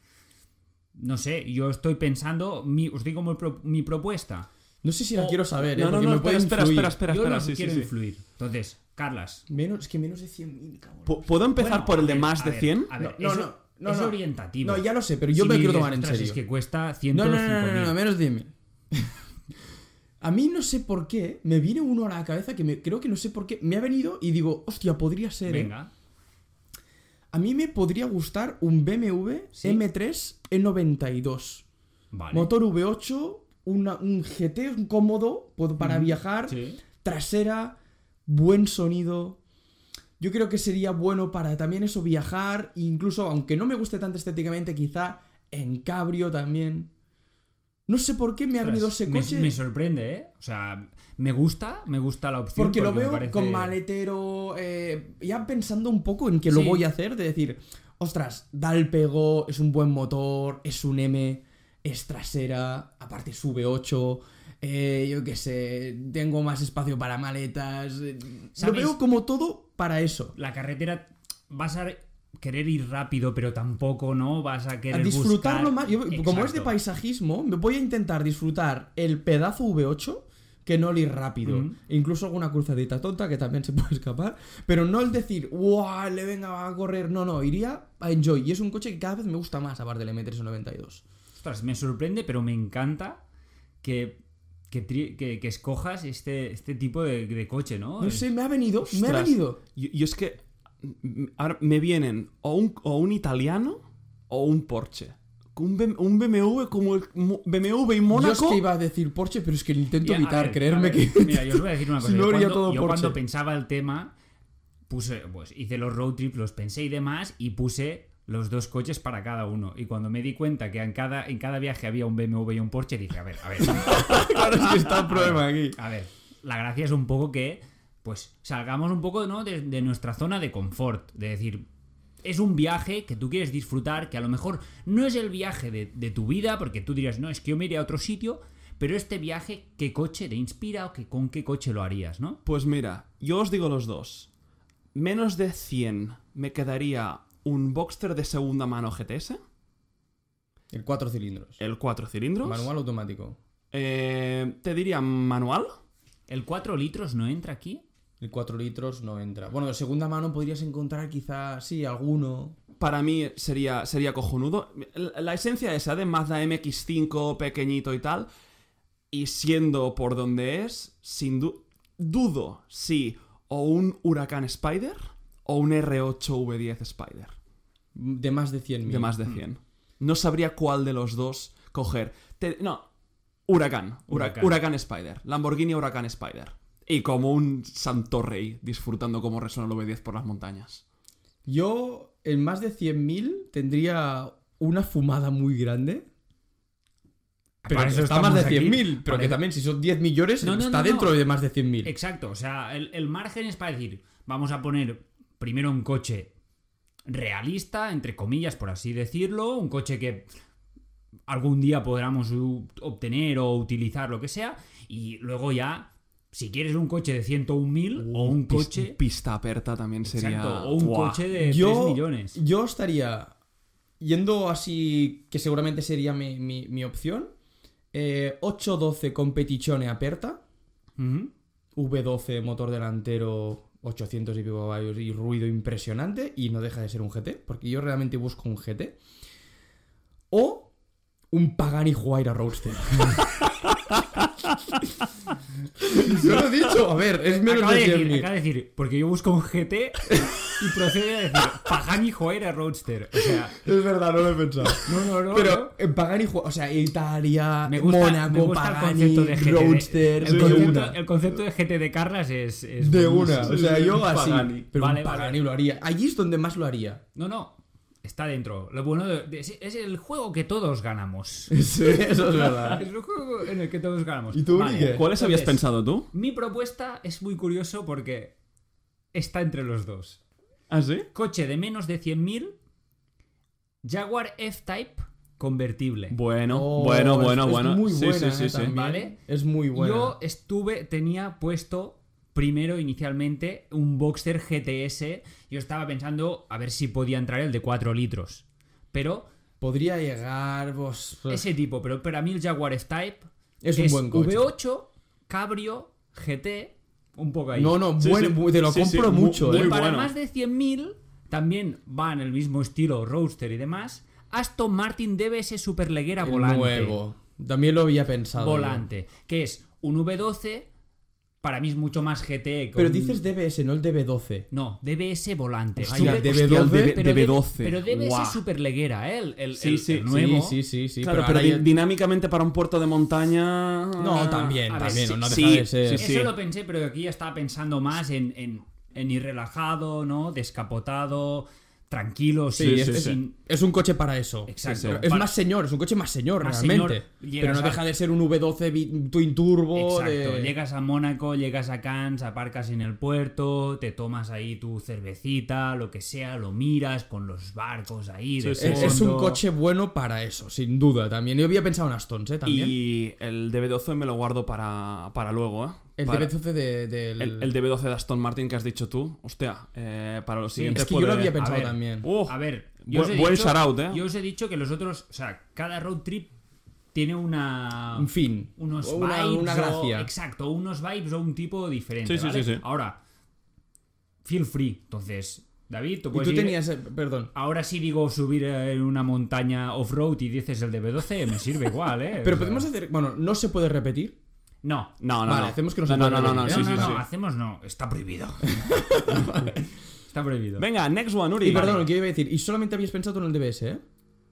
[SPEAKER 3] No sé, yo estoy pensando, mi, os digo mi, pro- mi propuesta.
[SPEAKER 2] No sé si la
[SPEAKER 1] Oh,
[SPEAKER 2] quiero saber, ¿eh?
[SPEAKER 1] No, no,
[SPEAKER 2] porque
[SPEAKER 1] no,
[SPEAKER 2] me
[SPEAKER 1] espera,
[SPEAKER 2] puede
[SPEAKER 1] espera,
[SPEAKER 2] influir.
[SPEAKER 1] espera, espera,
[SPEAKER 3] yo
[SPEAKER 1] espera,
[SPEAKER 3] no
[SPEAKER 1] sí, sí,
[SPEAKER 3] quiero
[SPEAKER 1] sí.
[SPEAKER 3] influir. Entonces, Carlas.
[SPEAKER 2] Menos, es que menos de 100.000, cabrón.
[SPEAKER 1] Pu- ¿Puedo empezar
[SPEAKER 3] bueno,
[SPEAKER 1] por el
[SPEAKER 3] a
[SPEAKER 1] de
[SPEAKER 3] ver,
[SPEAKER 1] más
[SPEAKER 3] a
[SPEAKER 1] de
[SPEAKER 3] ver,
[SPEAKER 1] 100?
[SPEAKER 3] a ver,
[SPEAKER 2] No,
[SPEAKER 3] es,
[SPEAKER 2] no, no,
[SPEAKER 3] es
[SPEAKER 2] no.
[SPEAKER 3] orientativo.
[SPEAKER 2] No, ya lo sé, pero yo
[SPEAKER 3] Si
[SPEAKER 2] me lo
[SPEAKER 3] me
[SPEAKER 2] quiero
[SPEAKER 3] dices,
[SPEAKER 2] tomar en
[SPEAKER 3] "Ostras,
[SPEAKER 2] serio.
[SPEAKER 3] Es que cuesta
[SPEAKER 2] No,
[SPEAKER 3] 105.000.
[SPEAKER 2] no, no, no, no, no, menos de 10.000. A mí no sé por qué, me viene uno a la cabeza que me, creo que no sé por qué, me ha venido y digo, hostia, podría ser. ¿eh?
[SPEAKER 3] Venga.
[SPEAKER 2] A mí me podría gustar un BMW
[SPEAKER 3] Sí.
[SPEAKER 2] M3 E92.
[SPEAKER 3] Vale.
[SPEAKER 2] Motor V8, una- un GT un cómodo pod- para viajar,
[SPEAKER 3] Sí.
[SPEAKER 2] trasera, buen sonido. Yo creo que sería bueno para también eso viajar, incluso aunque no me guste tanto estéticamente, quizá en cabrio también. No sé por qué me ha venido
[SPEAKER 3] Ostras,
[SPEAKER 2] ese
[SPEAKER 3] me-
[SPEAKER 2] coche.
[SPEAKER 3] Me, sorprende, ¿eh? O sea, me gusta, me gusta la opción.
[SPEAKER 2] Porque lo
[SPEAKER 3] me
[SPEAKER 2] veo
[SPEAKER 3] parece-
[SPEAKER 2] con maletero, eh, ya pensando un poco en que lo
[SPEAKER 3] Sí.
[SPEAKER 2] voy a hacer, de decir, ostras, da el pego, es un buen motor, es un M, es trasera, aparte es V8, eh, yo qué sé, tengo más espacio para maletas. eh, Lo
[SPEAKER 3] ¿Sabéis?
[SPEAKER 2] veo como todo para eso.
[SPEAKER 3] La carretera vas a querer ir rápido, pero tampoco, ¿no? Vas a
[SPEAKER 2] A
[SPEAKER 3] querer
[SPEAKER 2] disfrutarlo más.
[SPEAKER 3] buscar-
[SPEAKER 2] yo- como es de
[SPEAKER 3] Exacto.
[SPEAKER 2] paisajismo, me voy a intentar disfrutar el pedazo V8 que no el ir rápido.
[SPEAKER 3] Ujú.
[SPEAKER 2] Incluso alguna cruzadita tonta que también se puede escapar. Pero no el decir, ¡guau! Le venga a correr. No, no, iría a enjoy. Y es un coche que cada vez me gusta más, aparte del M392.
[SPEAKER 3] Ostras, me sorprende, pero me encanta que, que, tri- que- que escojas este, este tipo de, de coche, ¿no?
[SPEAKER 2] No
[SPEAKER 3] Es-
[SPEAKER 2] sé, me ha venido, me ha
[SPEAKER 1] Ostras,
[SPEAKER 2] venido.
[SPEAKER 1] Yo, yo es que mm, ahora me vienen o un, o un italiano o un Porsche. Un, B- un BMW como el mo- BMW y
[SPEAKER 2] Yo
[SPEAKER 1] Mónaco.
[SPEAKER 2] es que iba a decir Porsche, pero es que intento
[SPEAKER 3] Ya, a
[SPEAKER 2] evitar,
[SPEAKER 3] ver,
[SPEAKER 2] creerme
[SPEAKER 3] a ver,
[SPEAKER 2] que.
[SPEAKER 3] Mira, yo os voy a decir una
[SPEAKER 2] Si
[SPEAKER 3] cosa.
[SPEAKER 2] no,
[SPEAKER 3] yo
[SPEAKER 2] haría
[SPEAKER 3] cuando,
[SPEAKER 2] todo
[SPEAKER 3] yo
[SPEAKER 2] Porsche.
[SPEAKER 3] cuando pensaba el tema, puse, pues hice los road trips, los pensé y demás, y puse los dos coches para cada uno. Y cuando me di cuenta que en cada, en cada viaje había un BMW y un Porsche, dije, a ver, a ver,
[SPEAKER 2] claro, es que está el problema aquí.
[SPEAKER 3] a ver, la gracia es un poco que, pues, salgamos un poco ¿no? de, de nuestra zona de confort. De decir, es un viaje que tú quieres disfrutar, que a lo mejor no es el viaje de, de tu vida, porque tú dirías, no, es que yo me iré a otro sitio, pero este viaje, ¿qué coche te inspira o que, con qué coche lo harías, no?
[SPEAKER 1] Pues mira, yo os digo los dos. Menos de 100 me quedaría un Boxster de segunda mano GTS,
[SPEAKER 2] El cuatro cilindros.
[SPEAKER 1] el 4 cilindros.
[SPEAKER 2] Manual automático.
[SPEAKER 1] Eh, te diría manual.
[SPEAKER 3] ¿El 4 litros no entra aquí?
[SPEAKER 2] El 4 litros no entra. Bueno, de segunda mano podrías encontrar quizá, sí, alguno.
[SPEAKER 1] Para mí sería, sería cojonudo. La la esencia esa de Mazda MX5, pequeñito y tal, y siendo por donde es, sin du- dudo si o un Huracán Spider o un R8 V10 Spider,
[SPEAKER 2] De más de 100.000.
[SPEAKER 1] de más de 100. No sabría cuál de los dos coger. Te- no, Huracán, Huracán,
[SPEAKER 3] Huracán.
[SPEAKER 1] Huracán Spider, Lamborghini Huracán Spider. Y como un santo rey disfrutando cómo resuena el V10 por las montañas.
[SPEAKER 2] Yo, en más de 100.000, tendría una fumada muy grande. Pero
[SPEAKER 3] Ah, Para eso
[SPEAKER 2] está más de
[SPEAKER 3] estamos aquí.
[SPEAKER 2] 100.000. Pero
[SPEAKER 3] Para
[SPEAKER 2] que
[SPEAKER 3] eso-
[SPEAKER 2] también, si son 10 millones,
[SPEAKER 3] No, no,
[SPEAKER 2] está
[SPEAKER 3] no, Eh,
[SPEAKER 2] dentro
[SPEAKER 3] no.
[SPEAKER 2] de más de 100.000.
[SPEAKER 3] Exacto, o sea, el, el margen es para decir, vamos a poner primero un coche realista, entre comillas, por así decirlo, un coche que algún día podamos u- obtener o utilizar, lo que sea, y luego ya, si quieres un coche de 101.000 o un
[SPEAKER 1] Pis-
[SPEAKER 3] coche...
[SPEAKER 1] Pista aperta también sería.
[SPEAKER 3] Exacto, o un
[SPEAKER 1] Buah.
[SPEAKER 3] coche de 3 millones.
[SPEAKER 2] Yo estaría yendo así, que seguramente sería mi, mi- mi opción. eh, 8-12 competizione aperta.
[SPEAKER 3] Ujú.
[SPEAKER 2] V12 motor delantero 800 y pico caballos y ruido impresionante y no deja de ser un GT, porque yo realmente busco un GT. O un Pagani Huayra Roadster. yo lo he dicho, a ver, es menos
[SPEAKER 3] Acaba de
[SPEAKER 2] de
[SPEAKER 3] decir,
[SPEAKER 2] 100.000.
[SPEAKER 3] acaba de decir, porque yo busco un GT y procede a decir Pagani Joera Roadster. O sea,
[SPEAKER 2] Es verdad, no lo he pensado.
[SPEAKER 3] no, no, no.
[SPEAKER 2] Pero en Pagani, Huayra- o sea, Italia,
[SPEAKER 3] Ah, Me gusta,
[SPEAKER 2] Mónaco,
[SPEAKER 3] me gusta
[SPEAKER 2] Pagani,
[SPEAKER 3] el concepto de GT. de-
[SPEAKER 2] Roadster,
[SPEAKER 3] el,
[SPEAKER 2] de
[SPEAKER 3] concepto,
[SPEAKER 2] una.
[SPEAKER 3] el concepto de GT de Carlas es. es
[SPEAKER 2] De
[SPEAKER 3] buenísimo.
[SPEAKER 2] una, o sea, yo así.
[SPEAKER 1] Pagani.
[SPEAKER 2] Pero
[SPEAKER 3] Vale,
[SPEAKER 2] un
[SPEAKER 3] vale.
[SPEAKER 2] Pagani lo haría. Allí es donde más lo haría.
[SPEAKER 3] No, no. Está dentro. Lo bueno de- de- es, es el juego que todos ganamos.
[SPEAKER 2] Sí, eso es verdad.
[SPEAKER 3] Es el juego en el que todos ganamos.
[SPEAKER 2] ¿Y tú, Miguel?
[SPEAKER 1] ¿Cuáles habías
[SPEAKER 3] entonces,
[SPEAKER 1] pensado tú?
[SPEAKER 3] Mi propuesta es muy curioso porque está entre los dos.
[SPEAKER 1] ¿Ah, sí?
[SPEAKER 3] Coche de menos de 100.000, Jaguar F-Type convertible.
[SPEAKER 1] Bueno,
[SPEAKER 2] Oh,
[SPEAKER 1] bueno,
[SPEAKER 2] es-
[SPEAKER 1] bueno,
[SPEAKER 2] es
[SPEAKER 1] bueno.
[SPEAKER 2] muy
[SPEAKER 1] sí, sí,
[SPEAKER 2] buena,
[SPEAKER 1] sí,
[SPEAKER 2] eh,
[SPEAKER 1] sí.
[SPEAKER 2] también.
[SPEAKER 3] Vale.
[SPEAKER 2] Es muy buena.
[SPEAKER 3] Yo estuve, tenía puesto primero inicialmente un Boxer GTS. Yo estaba pensando a ver si podía entrar el de 4 litros. Pero
[SPEAKER 2] Podría llegar vos.
[SPEAKER 3] ese tipo, pero para mí el Jaguar F-Type
[SPEAKER 2] Es un buen coche.
[SPEAKER 3] V8, Cabrio, GT, un poco ahí.
[SPEAKER 2] No, no,
[SPEAKER 1] Sí,
[SPEAKER 2] bueno,
[SPEAKER 1] sí.
[SPEAKER 2] bu- te lo
[SPEAKER 1] Sí, sí,
[SPEAKER 2] compro
[SPEAKER 1] mu-
[SPEAKER 2] mucho,
[SPEAKER 1] muy
[SPEAKER 2] eh.
[SPEAKER 3] y para
[SPEAKER 1] bueno.
[SPEAKER 3] más de 100.000 también va en el mismo estilo Roadster y demás. Aston Martin DBS Superleguera
[SPEAKER 2] El
[SPEAKER 3] Volante.
[SPEAKER 2] Nuevo. También lo había pensado. yo.
[SPEAKER 3] Volante, que es un V12, para mí es mucho más GT. que
[SPEAKER 2] Pero
[SPEAKER 3] un-
[SPEAKER 2] dices DBS, no el DB12.
[SPEAKER 3] No, DBS volante.
[SPEAKER 1] Hostia,
[SPEAKER 3] Hay-
[SPEAKER 1] DB12,
[SPEAKER 3] Hostia,
[SPEAKER 1] DB-
[SPEAKER 3] pero de-
[SPEAKER 1] DB12.
[SPEAKER 3] Pero DBS
[SPEAKER 1] Guau.
[SPEAKER 3] superleguera, ¿eh? El, el-
[SPEAKER 1] Sí,
[SPEAKER 3] el-
[SPEAKER 1] sí,
[SPEAKER 3] el nuevo.
[SPEAKER 2] Sí, sí, sí, sí.
[SPEAKER 1] claro, pero,
[SPEAKER 2] ahora
[SPEAKER 1] di-
[SPEAKER 2] ya-
[SPEAKER 1] dinámicamente para un puerto de montaña. ah,
[SPEAKER 2] No, también,
[SPEAKER 3] Ah, a ver,
[SPEAKER 2] también.
[SPEAKER 3] sí,
[SPEAKER 2] no deja
[SPEAKER 1] sí,
[SPEAKER 2] de ser.
[SPEAKER 1] sí,
[SPEAKER 3] Eso lo pensé, pero aquí ya estaba pensando más en, en, en ir relajado, ¿no? Descapotado, tranquilo,
[SPEAKER 2] Sí,
[SPEAKER 3] sin-
[SPEAKER 2] es, es-
[SPEAKER 3] sin-
[SPEAKER 2] es un coche para eso.
[SPEAKER 3] Exacto.
[SPEAKER 2] Pero Es
[SPEAKER 3] Para-
[SPEAKER 2] más señor, es un coche más señor,
[SPEAKER 3] Más
[SPEAKER 2] realmente.
[SPEAKER 3] señor, llegas
[SPEAKER 2] pero no
[SPEAKER 3] a-
[SPEAKER 2] deja de ser un V12 bi- Twin Turbo.
[SPEAKER 3] Exacto,
[SPEAKER 2] de-
[SPEAKER 3] llegas a Mónaco, llegas a Cannes, aparcas en el puerto, te tomas ahí tu cervecita, lo que sea, lo miras con los barcos ahí. de
[SPEAKER 1] Sí, sí,
[SPEAKER 2] Es, es un
[SPEAKER 3] fondo.
[SPEAKER 2] coche bueno para eso, sin duda también. Yo había pensado en Astons, ¿eh? También.
[SPEAKER 1] Y el DB12 me lo guardo para, para luego, ¿eh?
[SPEAKER 2] el
[SPEAKER 1] Para-
[SPEAKER 2] DB12 de- del.
[SPEAKER 1] el, el DB12 de Aston Martin que has dicho tú. Hostia, eh, para los siguientes
[SPEAKER 2] es que yo lo
[SPEAKER 1] puede-
[SPEAKER 2] había
[SPEAKER 3] A
[SPEAKER 2] pensado
[SPEAKER 3] ver,
[SPEAKER 2] también.
[SPEAKER 1] Uh,
[SPEAKER 3] a ver,
[SPEAKER 1] buen-
[SPEAKER 3] os he
[SPEAKER 1] buen
[SPEAKER 3] dicho-
[SPEAKER 1] shout-out, ¿eh?
[SPEAKER 3] Yo os he dicho que los otros, o sea, cada road trip tiene una.
[SPEAKER 2] un fin.
[SPEAKER 3] Unos
[SPEAKER 2] o una,
[SPEAKER 3] vibes.
[SPEAKER 2] una
[SPEAKER 3] o-
[SPEAKER 2] gracia.
[SPEAKER 3] exacto, unos vibes o un tipo diferente.
[SPEAKER 1] Sí, sí,
[SPEAKER 3] ¿vale?
[SPEAKER 1] sí, sí.
[SPEAKER 3] Ahora, feel free. Entonces, David, tú
[SPEAKER 2] Y
[SPEAKER 3] puedes.
[SPEAKER 2] tú
[SPEAKER 3] ir-
[SPEAKER 2] tenías. eh, Perdón.
[SPEAKER 3] Ahora sí digo subir eh, en una montaña off-road y dices el de B12, me sirve igual, ¿eh?
[SPEAKER 2] Pero
[SPEAKER 3] O sea,
[SPEAKER 2] podemos hacer. Bueno, no se puede repetir.
[SPEAKER 3] No.
[SPEAKER 1] No, no,
[SPEAKER 2] Vale,
[SPEAKER 1] no.
[SPEAKER 2] hacemos que no
[SPEAKER 1] no,
[SPEAKER 2] se
[SPEAKER 1] no, no,
[SPEAKER 2] pueda
[SPEAKER 1] no, no,
[SPEAKER 3] No,
[SPEAKER 2] ver.
[SPEAKER 1] sí,
[SPEAKER 3] no,
[SPEAKER 1] sí,
[SPEAKER 3] no,
[SPEAKER 1] sí.
[SPEAKER 3] hacemos no. Está prohibido. Está prohibido.
[SPEAKER 1] Venga, next one, Uri.
[SPEAKER 2] y perdón, que iba a decir. Y solamente habías pensado en el DBS, ¿eh?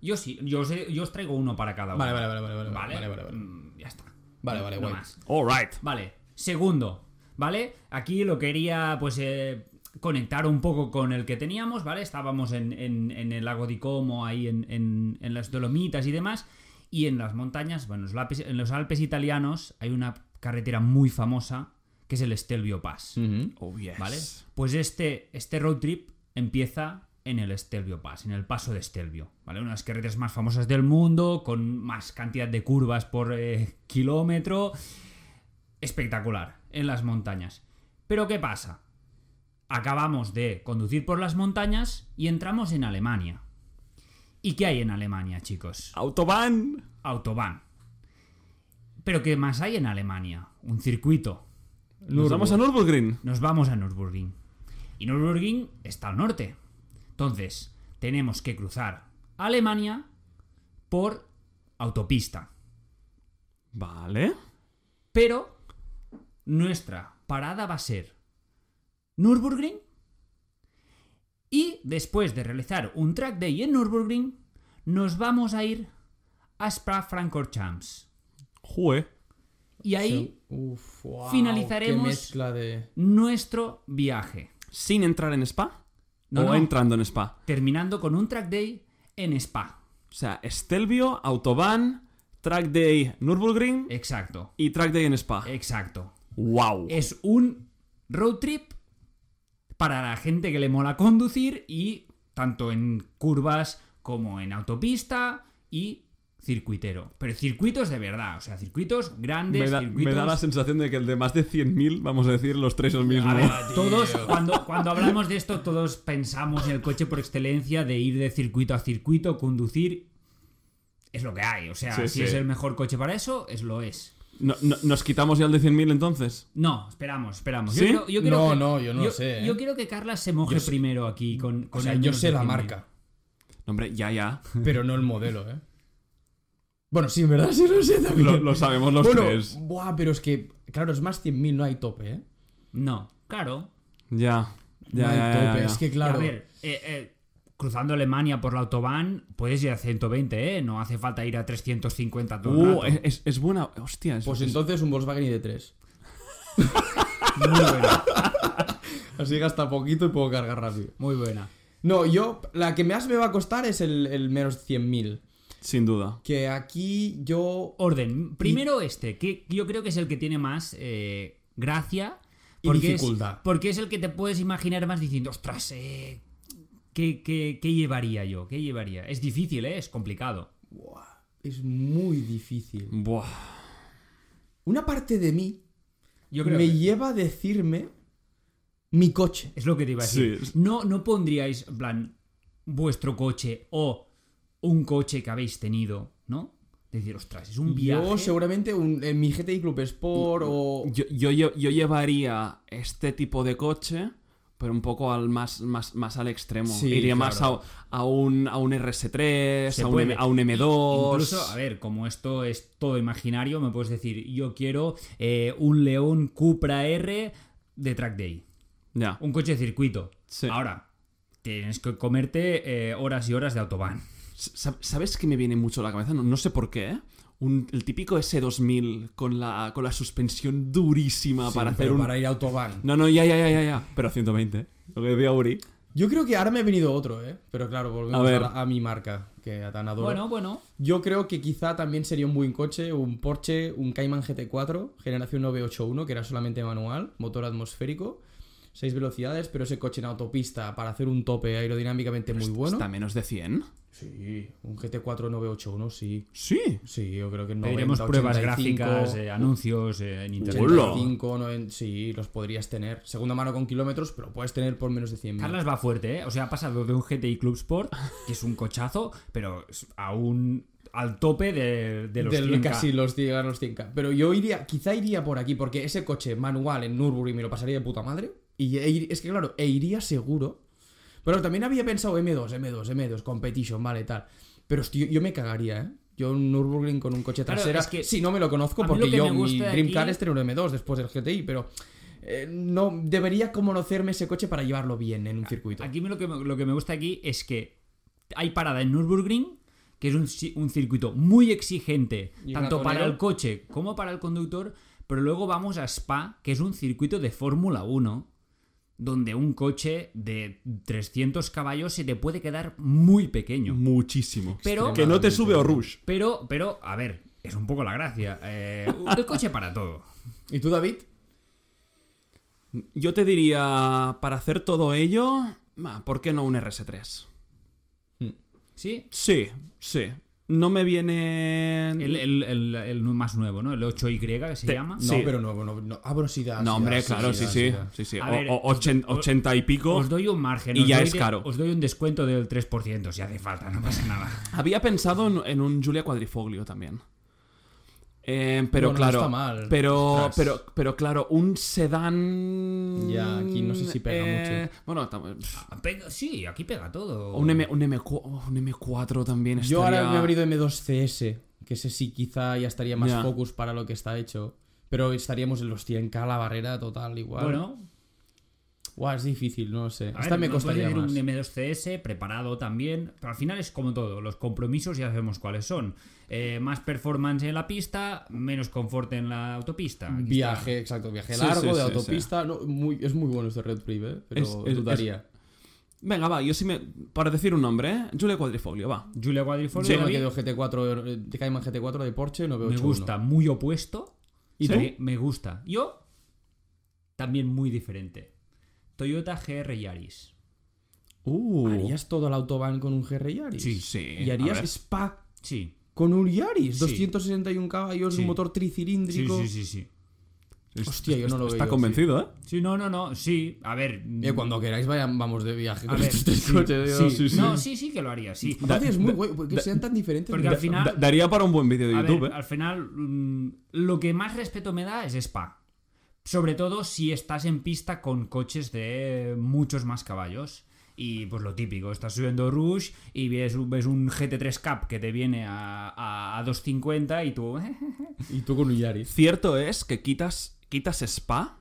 [SPEAKER 3] Yo sí, yo os, he- yo os traigo uno para cada uno.
[SPEAKER 2] Vale, vale, vale, vale, vale,
[SPEAKER 3] Vale,
[SPEAKER 2] vale, vale, vale.
[SPEAKER 3] Mm, Ya está.
[SPEAKER 2] Vale, vale,
[SPEAKER 3] No
[SPEAKER 2] guay.
[SPEAKER 3] más.
[SPEAKER 1] All right.
[SPEAKER 3] Vale, segundo, ¿vale? Aquí lo quería, pues, eh, conectar un poco con el que teníamos, ¿vale? Estábamos en, en- en el lago de Como, ahí en, en- en las Dolomitas y demás, y en las montañas, bueno, los Alpes- en los Alpes italianos hay una carretera muy famosa, que es el Stelvio Pass,
[SPEAKER 1] Oh, yes.
[SPEAKER 3] ¿vale? Pues este, este road trip empieza en el Stelvio Pass, en el paso de Stelvio, ¿vale? Una de las carreteras más famosas del mundo, con más cantidad de curvas por eh, kilómetro, espectacular en las montañas. Pero ¿qué pasa? Acabamos de conducir por las montañas y entramos en Alemania. ¿Y qué hay en Alemania, chicos?
[SPEAKER 1] Autobahn.
[SPEAKER 3] Autobahn. ¿Pero qué más hay en Alemania? Un circuito.
[SPEAKER 1] Nos vamos a Nürburgring.
[SPEAKER 3] Nos vamos a Nürburgring. Y Nürburgring está al norte. Entonces, tenemos que cruzar Alemania por autopista.
[SPEAKER 1] Vale.
[SPEAKER 3] Pero nuestra parada va a ser Nürburgring. Y después de realizar un track day en Nürburgring, nos vamos a ir a Spa-Francorchamps.
[SPEAKER 1] Jue.
[SPEAKER 3] Y ahí
[SPEAKER 2] Uf, wow,
[SPEAKER 3] finalizaremos-
[SPEAKER 2] Qué mezcla de.
[SPEAKER 3] nuestro viaje,
[SPEAKER 1] Sin entrar en Spa.
[SPEAKER 3] No,
[SPEAKER 1] o
[SPEAKER 3] no.
[SPEAKER 1] entrando en Spa.
[SPEAKER 3] terminando con un track day en Spa.
[SPEAKER 1] O sea, Stelvio, Autobahn, Track Day
[SPEAKER 2] Eh,
[SPEAKER 1] Nürburgring
[SPEAKER 3] Exacto,
[SPEAKER 1] y Track Day en Spa.
[SPEAKER 3] exacto.
[SPEAKER 1] wow.
[SPEAKER 2] eh,
[SPEAKER 3] Es un road trip para la gente que le mola conducir y tanto en curvas como en autopista y circuitero. Pero circuitos de verdad, o sea, circuitos grandes,
[SPEAKER 1] me, da, me
[SPEAKER 3] circuitos...
[SPEAKER 1] da la sensación de que el de más de 100.000, vamos a decir, los tres el mismo.
[SPEAKER 3] A ver, todos, cuando, cuando hablamos de esto, todos pensamos en el coche por excelencia de ir de circuito a circuito, conducir. Es lo que hay, o sea,
[SPEAKER 1] Sí,
[SPEAKER 3] si
[SPEAKER 1] sí.
[SPEAKER 3] es el mejor coche para eso, es lo es.
[SPEAKER 1] No- no- ¿Nos quitamos ya el de 100.000 entonces?
[SPEAKER 3] No, esperamos, esperamos.
[SPEAKER 1] ¿Sí?
[SPEAKER 3] Yo quiero, yo quiero
[SPEAKER 2] No,
[SPEAKER 3] que-
[SPEAKER 2] no, yo no lo sé, ¿eh?
[SPEAKER 3] Yo quiero que Carla se moje
[SPEAKER 2] Yo sé-
[SPEAKER 3] primero aquí con, con
[SPEAKER 2] O sea,
[SPEAKER 3] el
[SPEAKER 2] yo
[SPEAKER 3] menos
[SPEAKER 2] sé
[SPEAKER 3] de
[SPEAKER 2] la
[SPEAKER 3] 100.000.
[SPEAKER 2] marca,
[SPEAKER 1] No, hombre, ya, ya.
[SPEAKER 2] pero no el modelo, ¿eh? Bueno, sí, en verdad sí lo sé también.
[SPEAKER 1] Lo, lo sabemos los
[SPEAKER 2] bueno,
[SPEAKER 1] tres.
[SPEAKER 2] Buah, pero es que, claro, es más 100.000, no hay tope, ¿eh?
[SPEAKER 3] No, claro.
[SPEAKER 1] Ya. Ya,
[SPEAKER 2] no hay
[SPEAKER 1] ya, ya,
[SPEAKER 2] tope,
[SPEAKER 1] ya.
[SPEAKER 2] es que
[SPEAKER 3] Y
[SPEAKER 2] claro.
[SPEAKER 3] A ver, eh, eh, cruzando Alemania por la autobahn, puedes ir a 120, ¿eh? No hace falta ir a 350 todo el
[SPEAKER 1] Uh,
[SPEAKER 3] rato.
[SPEAKER 2] eh.
[SPEAKER 1] es, es- es buena. Hostia, es,
[SPEAKER 2] pues
[SPEAKER 1] es-
[SPEAKER 2] entonces un Volkswagen ID3.
[SPEAKER 3] Muy buena,
[SPEAKER 2] Así gasta poquito y puedo cargar rápido.
[SPEAKER 3] muy buena.
[SPEAKER 2] No, yo, la que más me va a costar es el, el menos 100.000.
[SPEAKER 1] sin duda.
[SPEAKER 2] Que aquí yo.
[SPEAKER 3] Orden. Primero este, que yo creo que es el que tiene más eh, gracia.
[SPEAKER 2] Y dificultad.
[SPEAKER 3] Es, porque es el que te puedes imaginar más diciendo, ostras, eh, ¿qué, qué, qué llevaría yo? ¿Qué llevaría? Es difícil, ¿eh? Es complicado.
[SPEAKER 2] Buah, es muy difícil.
[SPEAKER 1] Buah.
[SPEAKER 2] Una parte de mí
[SPEAKER 3] Yo creo
[SPEAKER 2] me
[SPEAKER 3] que-
[SPEAKER 2] lleva a decirme mi coche.
[SPEAKER 3] Es lo que te iba a decir.
[SPEAKER 1] Sí.
[SPEAKER 3] No, no pondríais, en plan, vuestro coche o un coche que habéis tenido, ¿no? Decir, ostras, es un viaje.
[SPEAKER 2] Yo seguramente un- en mi GTI Club Sport o...
[SPEAKER 1] Yo, yo, lle- yo llevaría este tipo de coche, pero un poco al más, más, más al extremo.
[SPEAKER 2] Sí,
[SPEAKER 1] Iría más a,
[SPEAKER 3] claro.
[SPEAKER 1] a un, a un RS3,
[SPEAKER 3] Se
[SPEAKER 1] a un,
[SPEAKER 3] puede.
[SPEAKER 1] M- a un M2.
[SPEAKER 3] Incluso, a ver, como esto es todo imaginario, me puedes decir, yo quiero eh, un León Cupra R de track day.
[SPEAKER 1] Ya.
[SPEAKER 3] Un coche de circuito.
[SPEAKER 1] Sí.
[SPEAKER 3] Ahora, tienes que comerte eh, horas y horas de autobahn.
[SPEAKER 1] Sa- ¿Sabes qué me viene mucho a la cabeza? No, no sé por qué. ¿eh? Un- el típico S2000 con la, con la suspensión durísima para
[SPEAKER 2] Sí,
[SPEAKER 1] hacer
[SPEAKER 2] pero
[SPEAKER 1] un...
[SPEAKER 2] para ir a autobahn.
[SPEAKER 1] No, no, ya, ya, ya, ya, ya. Pero 120. ¿eh? Lo que decía Uri.
[SPEAKER 2] Yo creo que ahora me ha venido otro, ¿eh? Pero claro, volvemos
[SPEAKER 1] A
[SPEAKER 2] a,
[SPEAKER 1] ver.
[SPEAKER 2] la- a mi marca, que a tan adoro.
[SPEAKER 3] Bueno, bueno.
[SPEAKER 2] Yo creo que quizá también sería un buen coche, un Porsche, un Cayman GT4, generación 981, que era solamente manual, motor atmosférico, 6 velocidades, pero ese coche en autopista para hacer un tope aerodinámicamente muy bueno.
[SPEAKER 1] ¿Está a menos de 100?
[SPEAKER 2] Sí, un GT4 981, sí.
[SPEAKER 1] Sí.
[SPEAKER 2] Sí, yo creo que no.
[SPEAKER 3] Pediremos pruebas gráficas, eh, anuncios eh, en internet.
[SPEAKER 1] Hola.
[SPEAKER 2] 85, 90, sí, los podrías tener. Segunda mano con kilómetros, pero puedes tener por menos de 100
[SPEAKER 3] Carlas va fuerte, ¿eh? O sea, ha pasado de un GTI Club Sport, que es un cochazo, pero es a un, al tope de, de los
[SPEAKER 2] Del-
[SPEAKER 3] 100K.
[SPEAKER 2] casi los, llegar a los 100k. Pero yo iría, quizá iría por aquí, porque ese coche manual en Nürburgring me lo pasaría de puta madre. Y e ir- es que claro, e iría seguro. Pero también había pensado M2, M2, M2, Competition, vale, tal. Pero hostia, yo me cagaría, ¿eh? Yo un Nürburgring con un coche
[SPEAKER 3] Claro,
[SPEAKER 2] trasera.
[SPEAKER 3] es que-
[SPEAKER 2] sí, no me lo conozco
[SPEAKER 3] a mí
[SPEAKER 2] porque
[SPEAKER 3] lo que
[SPEAKER 2] yo
[SPEAKER 3] me
[SPEAKER 2] mi
[SPEAKER 3] gusta de
[SPEAKER 2] Dream Car
[SPEAKER 3] aquí-
[SPEAKER 2] es tener un M2 después del GTI, pero eh, no debería como conocerme ese coche para llevarlo bien en un circuito.
[SPEAKER 3] Aquí me- lo que, me- lo que me gusta aquí es que hay parada en Nürburgring, que es un, si- un circuito muy exigente,
[SPEAKER 2] Y
[SPEAKER 3] tanto para
[SPEAKER 2] ratonero.
[SPEAKER 3] el coche como para el conductor, pero luego vamos a Spa, que es un circuito de Fórmula 1, donde un coche de 300 caballos se te puede quedar muy pequeño.
[SPEAKER 1] Muchísimo.
[SPEAKER 3] Pero
[SPEAKER 1] Que no te sube o Rush.
[SPEAKER 3] Pero, pero, a ver, es un poco la gracia. Eh, el coche para todo.
[SPEAKER 2] ¿Y tú, David?
[SPEAKER 1] Yo te diría, para hacer todo ello, ma, ¿por qué no un RS3?
[SPEAKER 3] ¿Sí?
[SPEAKER 1] Sí, sí. No me viene...
[SPEAKER 3] El, el- el- el más nuevo, ¿no? El 8Y que se
[SPEAKER 1] Te-
[SPEAKER 3] llama.
[SPEAKER 2] No,
[SPEAKER 1] Sí.
[SPEAKER 2] pero no, no, no. Ah, bueno, sí da, sí
[SPEAKER 1] No,
[SPEAKER 2] da,
[SPEAKER 1] hombre,
[SPEAKER 2] sí,
[SPEAKER 1] claro, sí,
[SPEAKER 2] da,
[SPEAKER 1] sí.
[SPEAKER 2] da.
[SPEAKER 1] sí, sí.
[SPEAKER 3] A
[SPEAKER 1] O-
[SPEAKER 3] ver,
[SPEAKER 1] o ochen-
[SPEAKER 3] os-
[SPEAKER 1] 80 y pico.
[SPEAKER 3] Os doy un margen.
[SPEAKER 1] Y
[SPEAKER 3] os
[SPEAKER 1] ya
[SPEAKER 3] doy
[SPEAKER 1] es
[SPEAKER 3] de-
[SPEAKER 1] caro.
[SPEAKER 3] Os doy un descuento del 3% si hace falta, no pasa nada.
[SPEAKER 1] Había pensado en, en un Julia Quadrifoglio también. Eh, pero
[SPEAKER 2] Bueno, no
[SPEAKER 1] claro,
[SPEAKER 2] está mal.
[SPEAKER 1] pero
[SPEAKER 2] Ostras.
[SPEAKER 1] pero pero claro, un sedán
[SPEAKER 2] Ya, aquí no sé si pega
[SPEAKER 1] mucho. Bueno, tam- pf,
[SPEAKER 3] Pega- sí, aquí pega todo.
[SPEAKER 1] un, M, un, M, un M4 también
[SPEAKER 2] Yo ahora
[SPEAKER 1] estaría-
[SPEAKER 2] me he abrido M2CS, que sé si quizá ya estaría más
[SPEAKER 1] Ya.
[SPEAKER 2] focus para lo que está hecho. Pero estaríamos en los 100k, la barrera total, igual.
[SPEAKER 3] Bueno,
[SPEAKER 2] Buah, es difícil, no lo sé.
[SPEAKER 3] a
[SPEAKER 2] Esta
[SPEAKER 3] ver,
[SPEAKER 2] me
[SPEAKER 3] no
[SPEAKER 2] costaría
[SPEAKER 3] puede ir
[SPEAKER 2] más.
[SPEAKER 3] un M2CS preparado también. Pero al final es como todo, los compromisos ya sabemos cuáles son. Eh, más performance en la pista, menos confort en la autopista. Aquí está.
[SPEAKER 2] Viaje, exacto, viaje
[SPEAKER 1] Sí,
[SPEAKER 2] largo,
[SPEAKER 1] sí,
[SPEAKER 2] de
[SPEAKER 1] sí,
[SPEAKER 2] autopista. no, muy, es muy bueno este Red Trip, ¿eh? Pero
[SPEAKER 1] Es- es-
[SPEAKER 2] dudaría.
[SPEAKER 1] Venga, va, yo sí me para decir un nombre, ¿eh? Julia Quadrifoglio, va.
[SPEAKER 3] Julia Quadrifoglio
[SPEAKER 2] Yo me
[SPEAKER 3] David,
[SPEAKER 2] quedo GT4, eh, de Cayman GT4 de Porsche, no veo
[SPEAKER 3] me gusta, muy opuesto.
[SPEAKER 1] ¿Y
[SPEAKER 3] Sí,
[SPEAKER 1] tú?
[SPEAKER 3] Me gusta. Yo, también muy diferente. Toyota GR Yaris.
[SPEAKER 1] Uh.
[SPEAKER 2] ¿Harías todo el autobahn con un GR Yaris?
[SPEAKER 1] Sí, sí.
[SPEAKER 2] ¿Y
[SPEAKER 1] a
[SPEAKER 2] harías
[SPEAKER 1] ver.
[SPEAKER 2] Spa
[SPEAKER 3] Sí.
[SPEAKER 2] con un Yaris?
[SPEAKER 3] Sí.
[SPEAKER 2] 261 caballos,
[SPEAKER 3] Sí.
[SPEAKER 2] un motor
[SPEAKER 3] Sí,
[SPEAKER 2] tricilíndrico.
[SPEAKER 3] sí, sí, sí.
[SPEAKER 2] Hostia, yo no lo veo.
[SPEAKER 1] Está
[SPEAKER 2] sí.
[SPEAKER 1] convencido, ¿eh?
[SPEAKER 3] Sí, no, no, no. Sí, a ver. mm,
[SPEAKER 2] Eh, cuando queráis vayan, vamos de viaje
[SPEAKER 3] A
[SPEAKER 2] con
[SPEAKER 3] ver,
[SPEAKER 2] estos tres
[SPEAKER 3] sí,
[SPEAKER 2] coches.
[SPEAKER 3] sí.
[SPEAKER 2] tío. Sí, sí.
[SPEAKER 3] No, sí, sí que lo haría, sí.
[SPEAKER 2] Aparte
[SPEAKER 1] Da-
[SPEAKER 2] es muy
[SPEAKER 1] da-
[SPEAKER 2] guay, porque
[SPEAKER 1] da-
[SPEAKER 2] sean tan diferentes.
[SPEAKER 3] Porque al
[SPEAKER 2] mira.
[SPEAKER 3] final,
[SPEAKER 1] ¿eh? Da- daría para un buen vídeo de
[SPEAKER 3] a ver,
[SPEAKER 1] YouTube, ¿eh?
[SPEAKER 3] al final, mm, lo que más respeto me da es Spa. Sobre todo si estás en pista con coches de muchos más caballos. Y pues lo típico, estás subiendo Rush y ves, ves un GT3 Cup que te viene a, a, a 250 y tú... eh,
[SPEAKER 2] Y tú con un Yaris.
[SPEAKER 1] Cierto es que quitas, quitas Spa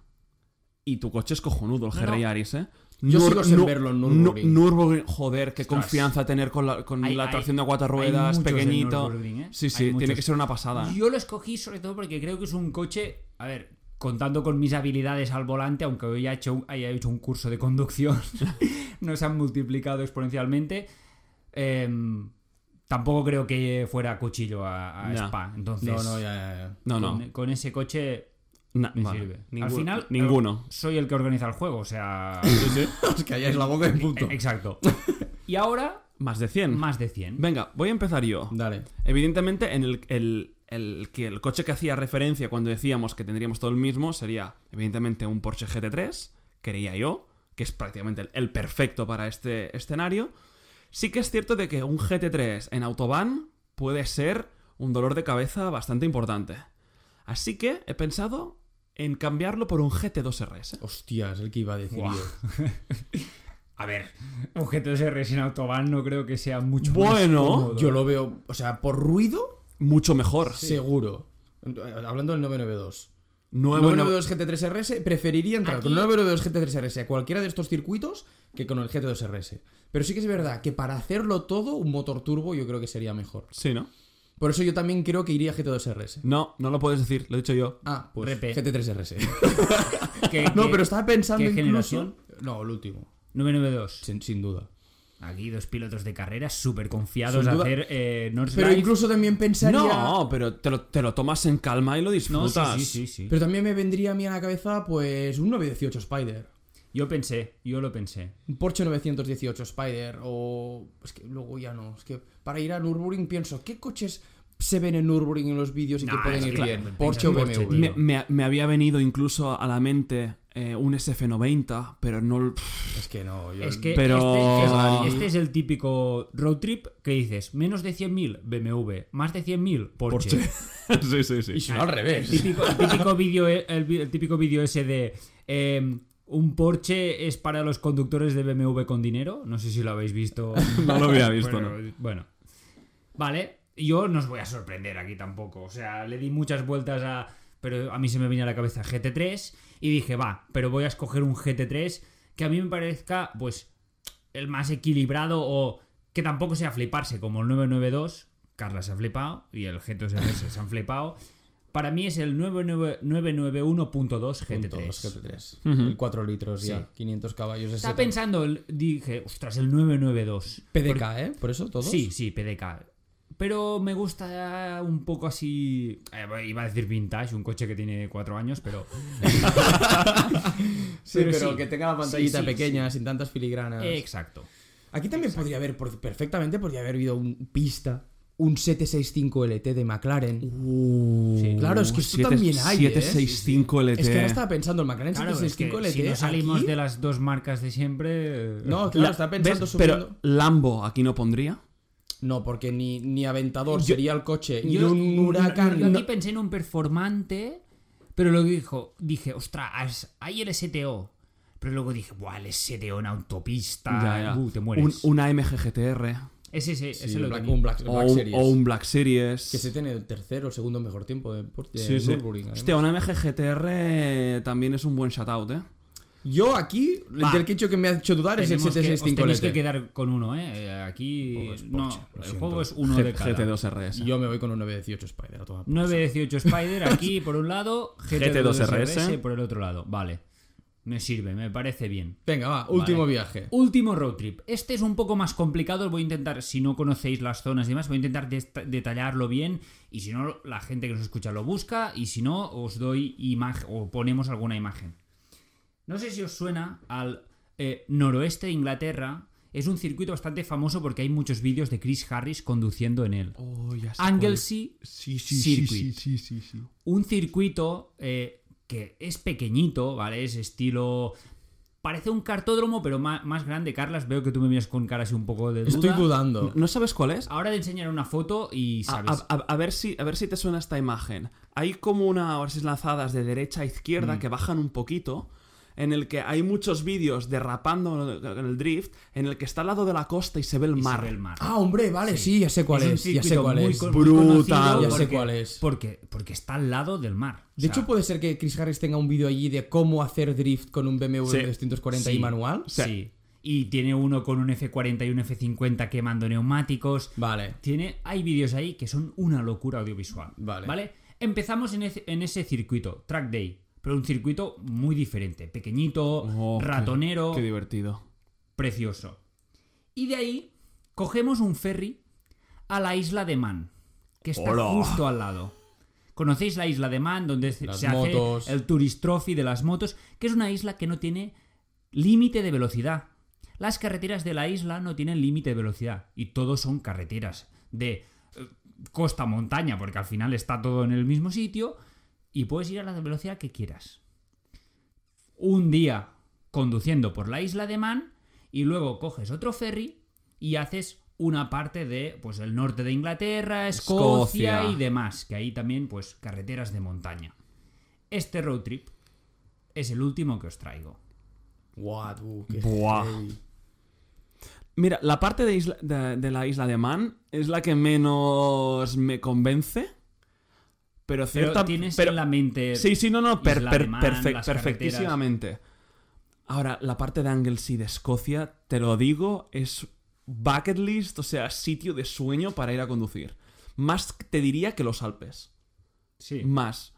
[SPEAKER 1] y tu coche es cojonudo, el
[SPEAKER 3] No,
[SPEAKER 1] GR
[SPEAKER 3] no.
[SPEAKER 1] Yaris, ¿eh?
[SPEAKER 2] Yo sigo sin
[SPEAKER 1] nu-
[SPEAKER 2] verlo en
[SPEAKER 1] nu-
[SPEAKER 2] Nürburgring.
[SPEAKER 1] Nürburgring, joder, qué
[SPEAKER 3] Ostras.
[SPEAKER 1] confianza tener con la, con
[SPEAKER 3] Hay-
[SPEAKER 1] la
[SPEAKER 3] hay-
[SPEAKER 1] tracción de cuatro
[SPEAKER 3] hay
[SPEAKER 1] ruedas,
[SPEAKER 3] muchos en
[SPEAKER 1] pequeñito.
[SPEAKER 3] Nürburgring, ¿eh?
[SPEAKER 1] Sí,
[SPEAKER 3] Hay
[SPEAKER 1] sí, tiene
[SPEAKER 3] muchos.
[SPEAKER 1] que ser una pasada. ¿eh?
[SPEAKER 3] Yo lo escogí sobre todo porque creo que es un coche, a ver, contando con mis habilidades al volante, aunque hoy haya hecho un, haya hecho un curso de conducción, no se han multiplicado exponencialmente. em, tampoco creo que fuera cuchillo a, a
[SPEAKER 1] No.
[SPEAKER 3] Spa. Entonces,
[SPEAKER 2] No, no, ya, ya, ya.
[SPEAKER 1] No, no.
[SPEAKER 3] Con, con ese coche
[SPEAKER 1] na-
[SPEAKER 3] me
[SPEAKER 1] vale.
[SPEAKER 3] sirve.
[SPEAKER 1] Ninguno-
[SPEAKER 3] al final,
[SPEAKER 1] Ninguno.
[SPEAKER 3] eh, soy el que organiza el juego, o sea.
[SPEAKER 2] Os calláis la boca y punto.
[SPEAKER 3] Exacto. Y ahora,
[SPEAKER 1] Más de 100.
[SPEAKER 3] Más de 100.
[SPEAKER 1] Venga, voy a empezar yo.
[SPEAKER 2] Dale.
[SPEAKER 1] Evidentemente, en el, el- el que el coche que hacía referencia cuando decíamos que tendríamos todo el mismo sería, evidentemente, un Porsche GT3, quería yo, que es prácticamente el, el perfecto para este escenario. Sí que es cierto de que un GT3 en autobahn puede ser un dolor de cabeza bastante importante. Así que he pensado en cambiarlo por un GT2RS.
[SPEAKER 2] Hostia, es el que iba a decir
[SPEAKER 3] Buah.
[SPEAKER 2] yo.
[SPEAKER 3] A ver, un GT-R sin autobahn no creo que sea mucho
[SPEAKER 1] Bueno,
[SPEAKER 3] más cómodo.
[SPEAKER 2] Yo lo veo, o sea, por ruido,
[SPEAKER 1] Mucho mejor.
[SPEAKER 2] seguro. Eh, Hablando del 992.
[SPEAKER 1] Nuevo,
[SPEAKER 2] 992 GT3 RS, preferiría entrar con 992 GT3 RS a cualquiera de estos circuitos que con el GT2 RS. Pero sí que es verdad que para hacerlo todo, un motor turbo yo creo que sería mejor.
[SPEAKER 1] Sí, ¿no?
[SPEAKER 2] Por eso yo también creo que iría GT2 RS.
[SPEAKER 1] No, no lo puedes decir, lo he dicho yo.
[SPEAKER 2] Ah, pues
[SPEAKER 3] Repe.
[SPEAKER 2] GT3 RS.
[SPEAKER 3] Que-
[SPEAKER 2] no,
[SPEAKER 3] que-
[SPEAKER 2] pero estaba pensando
[SPEAKER 3] qué
[SPEAKER 2] incluso...
[SPEAKER 3] generación?
[SPEAKER 2] No, el último,
[SPEAKER 3] 992.
[SPEAKER 2] sin, sin duda.
[SPEAKER 3] Aquí dos pilotos de carrera súper confiados
[SPEAKER 2] Sin
[SPEAKER 3] a
[SPEAKER 2] duda.
[SPEAKER 3] hacer eh, North
[SPEAKER 2] Pero
[SPEAKER 3] Drive.
[SPEAKER 2] incluso también pensaría...
[SPEAKER 1] No, pero te lo, te lo tomas en calma y lo
[SPEAKER 3] No, sí,
[SPEAKER 1] disfrutas.
[SPEAKER 3] sí, sí, sí.
[SPEAKER 2] Pero también me vendría a mí a la cabeza, pues, un 918 Spider.
[SPEAKER 3] Yo pensé, yo lo pensé.
[SPEAKER 2] Un Porsche 918 Spider o... Es que luego ya no. Es que para ir a Nürburgring pienso, ¿qué coches se ven en Nürburgring en los vídeos y
[SPEAKER 3] Nah,
[SPEAKER 2] que pueden
[SPEAKER 3] es
[SPEAKER 2] ir
[SPEAKER 3] claro,
[SPEAKER 2] bien?
[SPEAKER 3] piensas
[SPEAKER 2] Porsche o
[SPEAKER 3] en Porsche,
[SPEAKER 2] BMW.
[SPEAKER 1] Me, me- me había venido incluso a la mente eh, un SF90, pero no.
[SPEAKER 2] Es que no. yo-
[SPEAKER 3] Es que
[SPEAKER 1] Pero-
[SPEAKER 3] este, es- este es el típico road trip que dices, menos de 100.000 BMW, más de 100.000 Porsche.
[SPEAKER 1] sí, sí,
[SPEAKER 2] Y
[SPEAKER 1] sí.
[SPEAKER 2] si no, al
[SPEAKER 3] El
[SPEAKER 2] revés.
[SPEAKER 3] típico, el típico vídeo e, el, vi- el típico vídeo ese de eh, un Porsche es para los conductores de BMW con dinero. No sé si lo habéis visto.
[SPEAKER 1] No lo había visto,
[SPEAKER 3] bueno, Bueno. Vale, yo no os voy a sorprender aquí tampoco. O sea, le di muchas vueltas a. Pero a mí se me venía a la cabeza GT3. Y dije, va, pero voy a escoger un GT3 que a mí me parezca, pues, el más equilibrado o que tampoco sea fliparse como el 992. Carla se ha flipado y el GT2RS se han flipado. Para mí es el 99- 991.2 GT3.
[SPEAKER 2] Punto dos, GT3. El 4 litros ya, 500 caballos.
[SPEAKER 3] Estaba
[SPEAKER 2] ese-
[SPEAKER 3] pensando, el- dije, ostras, el 992.
[SPEAKER 2] PDK, ¿eh? Por eso todos.
[SPEAKER 3] Sí, sí, PDK. Pero me gusta un poco así. eh, Iba a decir vintage, un coche que tiene cuatro años, pero.
[SPEAKER 2] Sí,
[SPEAKER 3] Pero
[SPEAKER 2] pero,
[SPEAKER 3] sí.
[SPEAKER 2] que tenga la pantallita
[SPEAKER 3] Sí, sí,
[SPEAKER 2] pequeña, sin tantas filigranas.
[SPEAKER 3] eh, exacto.
[SPEAKER 2] Aquí también podría haber, por- perfectamente podría haber habido un pista, un 765 LT de McLaren.
[SPEAKER 3] Sí.
[SPEAKER 2] Claro, es que esto también hay, ¿eh?
[SPEAKER 1] 765 LT.
[SPEAKER 2] Es que ahora estaba pensando, el McLaren
[SPEAKER 3] Claro, es que
[SPEAKER 2] 765 LT.
[SPEAKER 3] si no salimos
[SPEAKER 2] aquí-
[SPEAKER 3] de las dos marcas de siempre. eh,
[SPEAKER 2] No, claro,
[SPEAKER 1] La-
[SPEAKER 2] estaba pensando
[SPEAKER 1] ¿ves?
[SPEAKER 2] subiendo.
[SPEAKER 1] Pero Lambo aquí no pondría.
[SPEAKER 2] No, porque ni, ni Aventador sería el coche, ni
[SPEAKER 3] Yo-
[SPEAKER 2] un huracán.
[SPEAKER 3] Yo aquí pensé en un performante, pero luego dijo, dije, ostras, hay el STO. Pero luego dije, buah, el STO en autopista.
[SPEAKER 1] Ya, ya.
[SPEAKER 3] uh, te mueres.
[SPEAKER 1] Un, una MGGTR.
[SPEAKER 3] Ese, ese,
[SPEAKER 2] Sí,
[SPEAKER 3] ese lo
[SPEAKER 2] Black-
[SPEAKER 3] tenía.
[SPEAKER 2] un Black,
[SPEAKER 1] O
[SPEAKER 2] Black
[SPEAKER 1] un,
[SPEAKER 2] Series.
[SPEAKER 1] o un Black Series.
[SPEAKER 2] Que se tiene el tercero o segundo mejor tiempo de, de
[SPEAKER 1] sí, sí.
[SPEAKER 2] Nürburgring, además.
[SPEAKER 1] Hostia, una MGGTR también es un buen shoutout, ¿eh?
[SPEAKER 2] Yo aquí,
[SPEAKER 3] Va.
[SPEAKER 2] el que he hecho que me ha hecho dudar es el
[SPEAKER 3] Tenemos que- os
[SPEAKER 2] 765
[SPEAKER 3] tenéis
[SPEAKER 2] LT.
[SPEAKER 3] que quedar con uno, ¿eh? Aquí.
[SPEAKER 2] Pues,
[SPEAKER 3] no,
[SPEAKER 2] Porsche, lo
[SPEAKER 3] el
[SPEAKER 2] siento.
[SPEAKER 3] juego es uno de cada.
[SPEAKER 1] GT2RS.
[SPEAKER 2] Yo me voy con un 918 Spider a toda
[SPEAKER 3] 918 Spider aquí por un lado, GT2 RS
[SPEAKER 1] GT2RS.
[SPEAKER 3] por el otro lado. Vale. Me sirve, me parece bien.
[SPEAKER 2] Venga, va, último viaje.
[SPEAKER 3] Último road trip. Este es un poco más complicado. os Voy a intentar, si no conocéis las zonas y demás, voy a intentar dest- detallarlo bien. Y si no, la gente que nos escucha lo busca. Y si no, os doy imagen o ponemos alguna imagen. No sé si os suena al eh, noroeste de Inglaterra. Es un circuito bastante famoso porque hay muchos vídeos de Chris Harris conduciendo en él.
[SPEAKER 1] Oh, ya sé
[SPEAKER 3] Anglesey
[SPEAKER 1] cuál. Sí, sí, sí, sí,
[SPEAKER 3] Circuit.
[SPEAKER 1] sí, sí, sí.
[SPEAKER 3] un circuito eh, que es pequeñito, ¿vale? Es estilo. Parece un cartódromo, pero ma- más, grande. Carlas, veo que tú me miras con cara así un poco de duda.
[SPEAKER 2] Estoy dudando.
[SPEAKER 1] ¿No sabes cuál es?
[SPEAKER 3] Ahora te enseñaré una foto y
[SPEAKER 1] A,
[SPEAKER 3] sabes.
[SPEAKER 1] a- a- a ver si, a ver si te suena esta imagen. Hay como unas lanzadas de derecha a izquierda
[SPEAKER 3] Mm.
[SPEAKER 1] que bajan un poquito, en el que hay muchos vídeos derrapando en el- en el drift, en el que está al lado de la costa y se ve el
[SPEAKER 3] y se
[SPEAKER 1] mar.
[SPEAKER 3] ve el mar.
[SPEAKER 2] Ah, hombre, vale, sí, ya sé cuál
[SPEAKER 3] un
[SPEAKER 2] es. Ya sé
[SPEAKER 3] circuito
[SPEAKER 2] cuál
[SPEAKER 3] muy
[SPEAKER 2] es.
[SPEAKER 3] con- muy
[SPEAKER 1] Brutal.
[SPEAKER 3] conocido
[SPEAKER 2] Ya sé
[SPEAKER 3] porque-
[SPEAKER 2] cuál es.
[SPEAKER 3] Porque, porque está al lado del mar.
[SPEAKER 2] De
[SPEAKER 3] O sea,
[SPEAKER 2] hecho, puede ser que Chris Harris tenga un vídeo allí de cómo hacer drift con un BMW
[SPEAKER 1] Sí.
[SPEAKER 2] 240 y
[SPEAKER 3] Sí.
[SPEAKER 2] manual.
[SPEAKER 1] sea-
[SPEAKER 3] sí. Y tiene uno con un F40 y un F50 quemando neumáticos.
[SPEAKER 2] Vale.
[SPEAKER 3] Tiene, hay vídeos ahí que son una locura audiovisual.
[SPEAKER 2] Vale.
[SPEAKER 3] Empezamos en ese, en ese circuito, Track Day, pero un circuito muy diferente, pequeñito,
[SPEAKER 1] Oh, qué-
[SPEAKER 3] ratonero,
[SPEAKER 1] Qué divertido.
[SPEAKER 3] precioso. Y de ahí cogemos un ferry a la isla de Man, que está
[SPEAKER 1] Hola.
[SPEAKER 3] justo al lado. ¿Conocéis la isla de Man, donde se,
[SPEAKER 2] Las
[SPEAKER 3] se
[SPEAKER 2] motos.
[SPEAKER 3] hace el Tourist Trophy de las motos? Que es una isla que no tiene límite de velocidad. Las carreteras de la isla no tienen límite de velocidad y todo son carreteras de eh, costa-montaña, porque al final está todo en el mismo sitio y puedes ir a la velocidad que quieras. Un día conduciendo por la isla de Man y luego coges otro ferry y haces una parte de pues el norte de Inglaterra, Escocia,
[SPEAKER 1] Escocia.
[SPEAKER 3] y demás, que ahí también pues carreteras de montaña. Este road trip es el último que os traigo.
[SPEAKER 2] Buah, tú, qué
[SPEAKER 1] Buah.
[SPEAKER 2] heavy.
[SPEAKER 1] Mira, la parte de, isla- de- de la isla de Man es la que menos me convence. Pero
[SPEAKER 3] Pero
[SPEAKER 1] cierta.
[SPEAKER 3] tienes
[SPEAKER 1] pero-
[SPEAKER 3] en la mente
[SPEAKER 1] Sí, sí, no, no, per-
[SPEAKER 3] Isla
[SPEAKER 1] per-
[SPEAKER 3] de Man,
[SPEAKER 1] perfe-
[SPEAKER 3] las
[SPEAKER 1] perfectísimamente. Ahora, la parte de Anglesey de Escocia, te lo digo, es bucket list, o sea, sitio de sueño para ir a conducir. Más te diría que los Alpes.
[SPEAKER 3] Sí.
[SPEAKER 1] Más.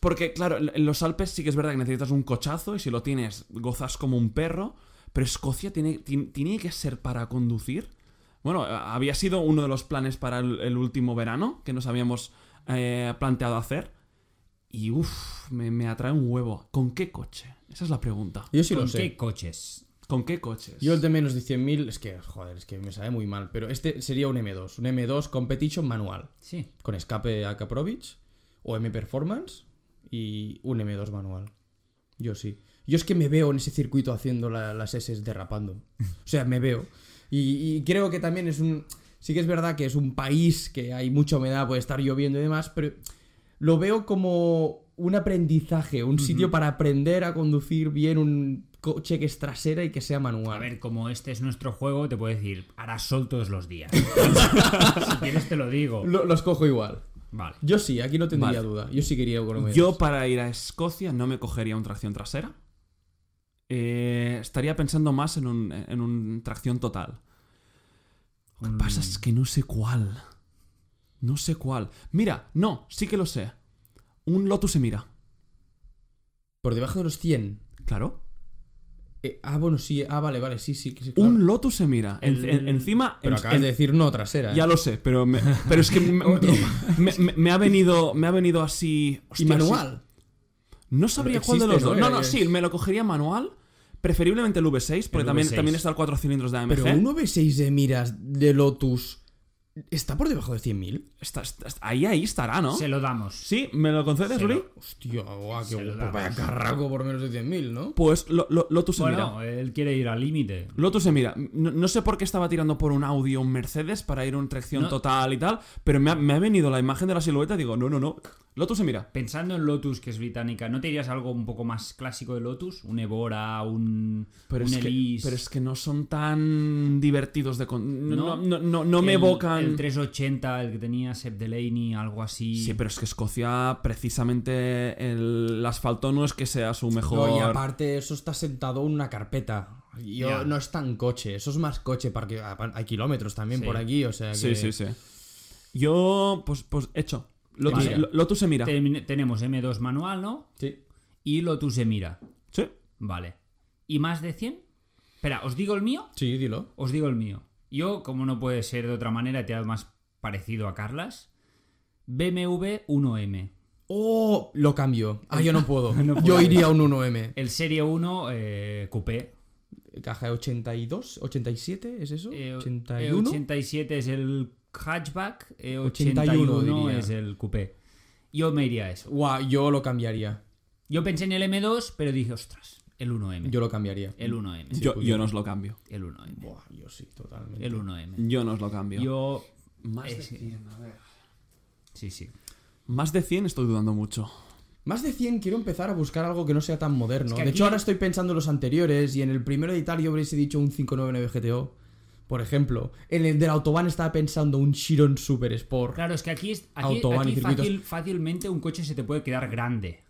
[SPEAKER 1] Porque, claro, en los Alpes sí que es verdad que necesitas un cochazo y si lo tienes, gozas como un perro. Pero Escocia tiene, ti- tiene que ser para conducir. Bueno, a- había sido uno de los planes para el, el último verano que nos habíamos eh, planteado hacer. Y uff, me, me atrae un huevo. ¿Con qué coche? Esa es la pregunta.
[SPEAKER 2] Yo sí
[SPEAKER 3] ¿Con
[SPEAKER 2] lo
[SPEAKER 3] qué
[SPEAKER 2] sé.
[SPEAKER 3] coches?
[SPEAKER 1] ¿Con qué coches?
[SPEAKER 2] Yo el de menos de 100.000, es que, joder, es que me sabe muy mal. Pero este sería un M2, un M2 Competition manual,
[SPEAKER 3] Sí.
[SPEAKER 2] con escape a Kaprovich o M Performance y un M2 manual. Yo sí. Yo es que me veo en ese circuito haciendo la- las S derrapando. O sea, me veo. Y, y creo que también es un. Sí que es verdad que es un país que hay mucha humedad, puede estar lloviendo y demás, pero lo veo como un aprendizaje, un sitio para aprender a conducir bien un coche que es trasera y que sea manual.
[SPEAKER 3] A ver, como este es nuestro juego, te puedo decir, hará sol todos los días. si quieres te lo digo.
[SPEAKER 2] Lo- los cojo igual.
[SPEAKER 3] Vale.
[SPEAKER 2] Yo sí, aquí no tendría
[SPEAKER 1] Vale.
[SPEAKER 2] duda. Yo sí quería con Omegas.
[SPEAKER 1] Yo para ir a Escocia no me cogería un tracción trasera. Eh, estaría pensando más en un, en un tracción total. Lo que pasa es que no sé cuál. No sé cuál. Mira, no, sí que lo sé. Un Lotus se mira.
[SPEAKER 2] Por debajo de los 100.
[SPEAKER 1] Claro.
[SPEAKER 2] Eh, ah, bueno, sí. Ah, vale, vale, sí, sí. sí, claro.
[SPEAKER 1] Un Lotus se mira. En-
[SPEAKER 3] El-
[SPEAKER 1] en- encima.
[SPEAKER 2] Pero
[SPEAKER 1] en-
[SPEAKER 2] acabas
[SPEAKER 1] en-
[SPEAKER 2] de decir no trasera. ¿eh?
[SPEAKER 1] Ya lo sé, pero, me- pero es que me, me- me- me ha venido, me ha venido así.
[SPEAKER 2] Y
[SPEAKER 1] hostia, sí.
[SPEAKER 2] manual.
[SPEAKER 1] No sabría
[SPEAKER 2] Pero
[SPEAKER 1] cuál de los
[SPEAKER 2] existe,
[SPEAKER 1] dos.
[SPEAKER 2] ¿no?
[SPEAKER 1] No, no,
[SPEAKER 2] Es-
[SPEAKER 1] sí, me lo cogería manual. Preferiblemente el V6, porque
[SPEAKER 3] El
[SPEAKER 1] también,
[SPEAKER 3] V6.
[SPEAKER 1] también está el 4 cilindros de AMG.
[SPEAKER 2] Pero un V6 de miras de Lotus está por debajo de 100.000.
[SPEAKER 1] Está- está- está- ahí, ahí estará, ¿no?
[SPEAKER 3] Se lo damos.
[SPEAKER 1] Sí, ¿me lo concedes,
[SPEAKER 3] Se lo-
[SPEAKER 1] Rui?
[SPEAKER 2] Hostia, guau, qué
[SPEAKER 3] Se lo
[SPEAKER 2] guapo. Pues Vaya
[SPEAKER 3] damos.
[SPEAKER 2] carraco por menos de 100.000, ¿no?
[SPEAKER 1] Pues lo- lo- Lotus se mira.
[SPEAKER 3] Bueno, él quiere ir al límite.
[SPEAKER 1] Lotus se mira. No, no sé por qué estaba tirando por un Audi o un Mercedes para ir a una tracción
[SPEAKER 3] No.
[SPEAKER 1] total y tal, pero me ha, me ha venido la imagen de la silueta y digo, no, no, no. Lotus se mira.
[SPEAKER 3] Pensando en Lotus, que es británica, ¿no te dirías algo un poco más clásico de Lotus? Un Evora, un,
[SPEAKER 1] Pero,
[SPEAKER 3] un
[SPEAKER 1] es que,
[SPEAKER 3] Elise.
[SPEAKER 1] pero es que no son tan divertidos de... con- No, no, no,
[SPEAKER 3] No.
[SPEAKER 1] no- no me
[SPEAKER 3] El-
[SPEAKER 1] evocan...
[SPEAKER 3] El 380, el que tenía Seb Delaney, algo así.
[SPEAKER 1] Sí, pues pero es que Escocia, precisamente el asfalto no es que sea su mejor...
[SPEAKER 2] No, y aparte, eso está sentado en una carpeta. Yo,
[SPEAKER 3] Ya.
[SPEAKER 2] No es tan coche, eso es más coche, porque ah, hay kilómetros también
[SPEAKER 3] Sí.
[SPEAKER 2] por aquí, o sea que...
[SPEAKER 1] Sí, sí, sí. Yo, pues, pues hecho. Lotus,
[SPEAKER 3] Vale.
[SPEAKER 1] Lo- Lotus se mira.
[SPEAKER 3] Ten- tenemos M2 manual, ¿no?
[SPEAKER 2] Sí.
[SPEAKER 3] Y Lotus Emira.
[SPEAKER 1] Sí.
[SPEAKER 3] Vale. ¿Y más de 100? Espera, ¿os digo el mío?
[SPEAKER 2] Sí, dilo.
[SPEAKER 3] Os digo el mío. Yo, como no puede ser de otra manera, te hago más parecido a Carlas. BMW 1M.
[SPEAKER 2] ¡Oh! Lo cambio. Ah, yo no puedo.
[SPEAKER 3] No puedo.
[SPEAKER 2] yo iría a un 1M.
[SPEAKER 3] El Serie 1 eh, Coupé.
[SPEAKER 2] Caja 82, 87, ¿es eso?
[SPEAKER 3] Eh,
[SPEAKER 2] 81.
[SPEAKER 3] 87 es el hatchback, eh,
[SPEAKER 2] 81
[SPEAKER 3] 81,
[SPEAKER 2] diría.
[SPEAKER 3] es el coupé. Yo me iría a eso.
[SPEAKER 2] Guau, yo lo cambiaría.
[SPEAKER 3] Yo pensé en el M2, pero dije, ostras, el 1M.
[SPEAKER 2] Yo lo cambiaría.
[SPEAKER 3] el 1M.
[SPEAKER 1] yo, yo no os lo cambio.
[SPEAKER 3] El 1M.
[SPEAKER 2] Buah, yo sí, totalmente.
[SPEAKER 3] El 1M.
[SPEAKER 1] Yo no os lo cambio.
[SPEAKER 3] Yo.
[SPEAKER 1] Más
[SPEAKER 3] de
[SPEAKER 1] 100, a ver.
[SPEAKER 3] Sí, sí.
[SPEAKER 1] Más de 100 estoy dudando mucho.
[SPEAKER 2] Más de 100 quiero empezar a buscar algo que no sea tan moderno.
[SPEAKER 3] Es que
[SPEAKER 2] de
[SPEAKER 3] aquí-
[SPEAKER 2] hecho, ahora estoy pensando en los anteriores y en el primero de Italia hubiese dicho un 599 GTO, por ejemplo. En el del Autobahn estaba pensando un Chiron Super Sport.
[SPEAKER 3] Claro, es que aquí, es- aquí,
[SPEAKER 2] Autobahn
[SPEAKER 3] aquí
[SPEAKER 2] y circuitos.
[SPEAKER 3] fácil- fácilmente un coche se te puede quedar grande.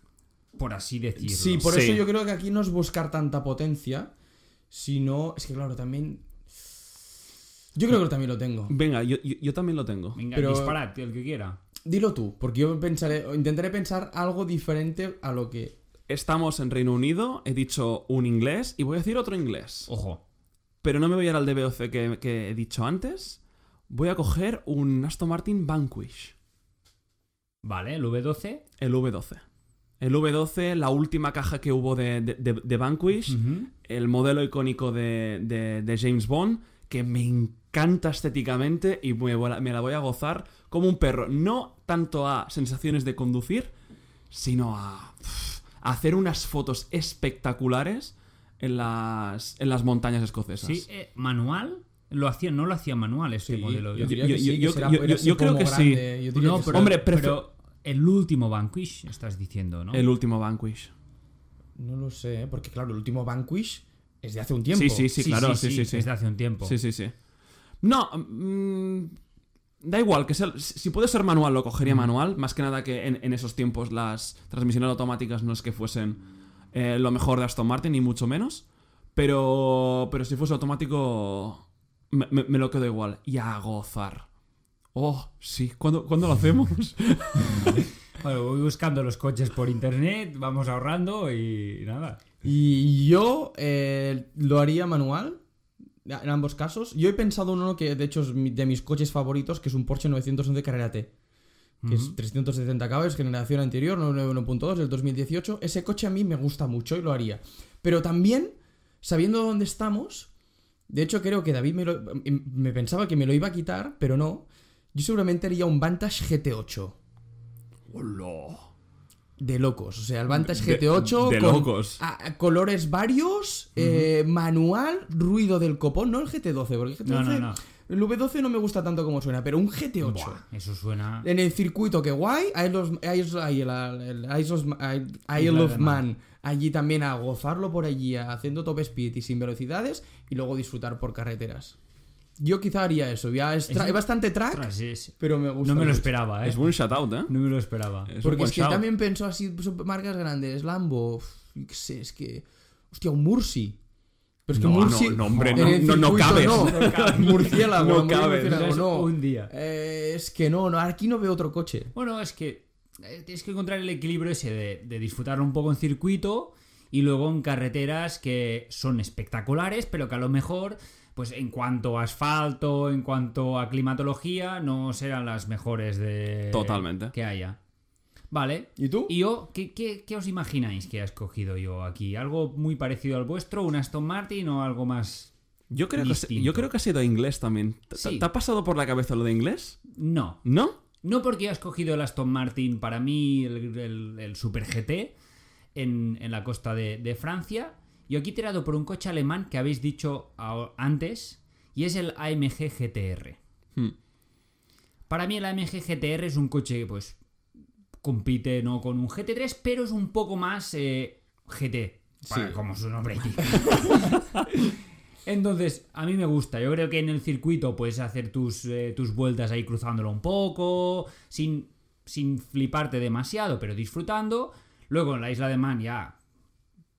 [SPEAKER 3] Por así decirlo.
[SPEAKER 2] Sí, por
[SPEAKER 1] Sí.
[SPEAKER 2] eso yo creo que aquí no es buscar tanta potencia, sino... Es que claro, también... Yo creo que también lo tengo.
[SPEAKER 1] Venga, yo, yo- yo también lo tengo.
[SPEAKER 3] Venga,
[SPEAKER 2] pero-
[SPEAKER 3] disparad, el que quiera.
[SPEAKER 2] Dilo tú, porque yo pensaré, o intentaré pensar algo diferente a lo que...
[SPEAKER 1] Estamos en Reino Unido, he dicho un inglés y voy a decir otro inglés.
[SPEAKER 3] Ojo.
[SPEAKER 1] Pero no me voy a ir al DBOC que, que he dicho antes. Voy a coger un Aston Martin Vanquish,
[SPEAKER 3] Vale, el V12.
[SPEAKER 1] el V12. El V12, la última caja que hubo de, de, de- de Vanquish,
[SPEAKER 3] Ujú.
[SPEAKER 1] el modelo icónico de, de- de James Bond, que me encanta estéticamente y me, voy a- me la voy a gozar como un perro. No tanto a sensaciones de conducir, sino a, pf, a hacer unas fotos espectaculares en las, en las montañas escocesas.
[SPEAKER 3] Sí, eh, manual. Lo hacía, no lo hacía manual este
[SPEAKER 2] Sí,
[SPEAKER 3] modelo.
[SPEAKER 2] yo diría
[SPEAKER 1] Yo-
[SPEAKER 2] que
[SPEAKER 1] yo-
[SPEAKER 2] sí, que
[SPEAKER 1] yo-
[SPEAKER 2] será-
[SPEAKER 1] yo-
[SPEAKER 2] era
[SPEAKER 1] yo-
[SPEAKER 2] así
[SPEAKER 1] yo creo
[SPEAKER 2] como
[SPEAKER 1] que sí.
[SPEAKER 2] grande, yo diría
[SPEAKER 3] No,
[SPEAKER 2] que sí.
[SPEAKER 3] pero,
[SPEAKER 1] Hombre, prefe-
[SPEAKER 3] pero el último Vanquish, estás diciendo, ¿no?
[SPEAKER 1] El último Vanquish.
[SPEAKER 2] No lo sé, ¿eh? porque claro, el último Vanquish es de hace un tiempo.
[SPEAKER 1] Sí, sí, sí, claro, sí, sí, sí.
[SPEAKER 3] Desde hace un tiempo.
[SPEAKER 1] Sí, sí, sí. No, mm, da igual, que sea- si si puede ser manual lo cogería manual, más que nada que en, en esos tiempos las transmisiones automáticas no es que fuesen eh, lo mejor de Aston Martin, ni mucho menos, pero, pero si fuese automático me, me- me lo quedo igual. Y a gozar. Oh, sí, ¿cuándo, ¿cuándo lo hacemos?
[SPEAKER 3] Bueno, voy buscando los coches por internet, vamos ahorrando y nada.
[SPEAKER 2] Y yo eh, lo haría manual, a- en ambos casos. Yo he pensado en uno que de hecho es mi- de mis coches favoritos, que es un Porsche 911 Carrera T. Que es 370 caballos, generación anterior, 9.2 del 2018. Ese coche a mí me gusta mucho y lo haría. Pero también, sabiendo dónde estamos, de hecho creo que David me, lo- em, me pensaba que me lo iba a quitar, pero no. Yo seguramente haría un Vantage GT8
[SPEAKER 1] Hola.
[SPEAKER 2] de locos. O sea, el Vantage
[SPEAKER 1] De-
[SPEAKER 2] GT8
[SPEAKER 1] de
[SPEAKER 2] con
[SPEAKER 1] locos.
[SPEAKER 2] a- a colores varios, eh, manual, ruido del copón, no el GT12, porque el GT12
[SPEAKER 3] No, no, no.
[SPEAKER 2] el V12 no me gusta tanto como suena, pero un GT8
[SPEAKER 3] Buah, eso suena.
[SPEAKER 2] en el circuito que guay, ahí los ahí es- ahí la- el- ahí es los- ahí- Isle
[SPEAKER 3] Isla
[SPEAKER 2] of
[SPEAKER 3] de
[SPEAKER 2] Man. allí también a gozarlo por allí, a- haciendo top speed y sin velocidades y luego disfrutar por carreteras. Yo quizá haría eso, ya es, tra-
[SPEAKER 3] Es-
[SPEAKER 2] es bastante track,
[SPEAKER 3] Ostras, es-
[SPEAKER 2] pero me gusta.
[SPEAKER 3] No me lo
[SPEAKER 2] mucho.
[SPEAKER 3] esperaba, ¿eh?
[SPEAKER 1] Es un shoutout, ¿eh?
[SPEAKER 3] No me lo esperaba.
[SPEAKER 1] Es un
[SPEAKER 2] Porque
[SPEAKER 1] buen
[SPEAKER 2] es que
[SPEAKER 1] shout.
[SPEAKER 2] también pensó así, pues, marcas grandes, Lambo, uf, yo qué sé, es que... Hostia, un Mursi. Pero es que
[SPEAKER 1] No,
[SPEAKER 2] un Mursi...
[SPEAKER 1] no, no, hombre,
[SPEAKER 2] en
[SPEAKER 1] no-
[SPEAKER 2] el
[SPEAKER 1] no- no
[SPEAKER 2] circuito
[SPEAKER 1] cabes.
[SPEAKER 2] No, murciélago,
[SPEAKER 1] No
[SPEAKER 2] hombre,
[SPEAKER 1] cabes.
[SPEAKER 2] murciélago,
[SPEAKER 3] Eso
[SPEAKER 2] no.
[SPEAKER 3] un día.
[SPEAKER 2] Eh, es que no, no, aquí no veo otro coche.
[SPEAKER 3] Bueno, es que eh, tienes que encontrar el equilibrio ese de, de disfrutarlo un poco en circuito y luego en carreteras que son espectaculares, pero que a lo mejor, pues en cuanto a asfalto, en cuanto a climatología, no serán las mejores de
[SPEAKER 1] Totalmente.
[SPEAKER 3] que haya. Vale.
[SPEAKER 2] ¿Y tú?
[SPEAKER 3] ¿Y yo? ¿Qué, qué, qué os imagináis que ha escogido yo aquí? ¿Algo muy parecido al vuestro? ¿Un Aston Martin o algo más?
[SPEAKER 1] Yo creo, que, se-
[SPEAKER 3] distinto.
[SPEAKER 1] yo creo que ha sido inglés también. ¿Te- te-
[SPEAKER 3] Sí.
[SPEAKER 1] ¿Te ha pasado por la cabeza lo de inglés?
[SPEAKER 3] No.
[SPEAKER 1] ¿No?
[SPEAKER 3] No porque yo he escogido el Aston Martin, para mí el, el- el Super GT en, en la costa de, de Francia. Yo aquí he tirado por un coche alemán que habéis dicho ao- antes y es el AMG GTR.
[SPEAKER 1] Hmm.
[SPEAKER 3] Para mí el AMG GTR es un coche que pues compite no con un GT3, pero es un poco más eh, GT, para-
[SPEAKER 2] Sí.
[SPEAKER 3] como su nombre indica. Entonces, a mí me gusta. Yo creo que en el circuito puedes hacer tus, eh, tus vueltas ahí cruzándolo un poco, sin, sin fliparte demasiado, pero disfrutando. Luego en la isla de Man ya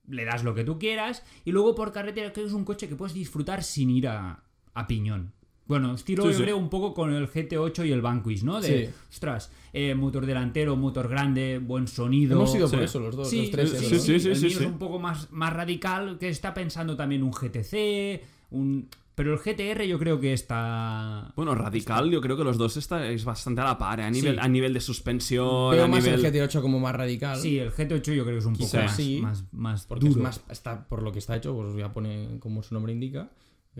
[SPEAKER 3] le das lo que tú quieras. Y luego por carretera, que es un coche que puedes disfrutar sin ir a, a piñón. Bueno, estilo
[SPEAKER 1] Sí,
[SPEAKER 3] yo
[SPEAKER 1] sí.
[SPEAKER 3] creo un poco con el GT8 y el Vanquish, ¿no? De,
[SPEAKER 2] Sí.
[SPEAKER 3] ostras, eh, motor delantero, motor grande, buen sonido.
[SPEAKER 2] Hemos ido
[SPEAKER 1] Sí.
[SPEAKER 2] por eso los dos, los tres.
[SPEAKER 1] sí,
[SPEAKER 2] ¿eh?
[SPEAKER 1] sí, sí.
[SPEAKER 3] El mío es un poco más, más radical, que está pensando también un GTC, un... Pero el GTR yo creo que está...
[SPEAKER 2] Pues,
[SPEAKER 1] Bueno, radical, yo creo que los dos estáis bastante a la par, ¿eh? a, nivel,
[SPEAKER 3] Sí.
[SPEAKER 1] a nivel de suspensión,
[SPEAKER 2] Veo
[SPEAKER 1] a
[SPEAKER 2] más
[SPEAKER 1] nivel...
[SPEAKER 2] el GT8 como más radical.
[SPEAKER 3] Sí, el GT8 yo creo que es un poco
[SPEAKER 1] Quizás
[SPEAKER 3] más,
[SPEAKER 2] sí,
[SPEAKER 3] más, más
[SPEAKER 2] Porque
[SPEAKER 3] duro.
[SPEAKER 2] es más, está, por lo que está hecho, pues ya pone como su nombre indica,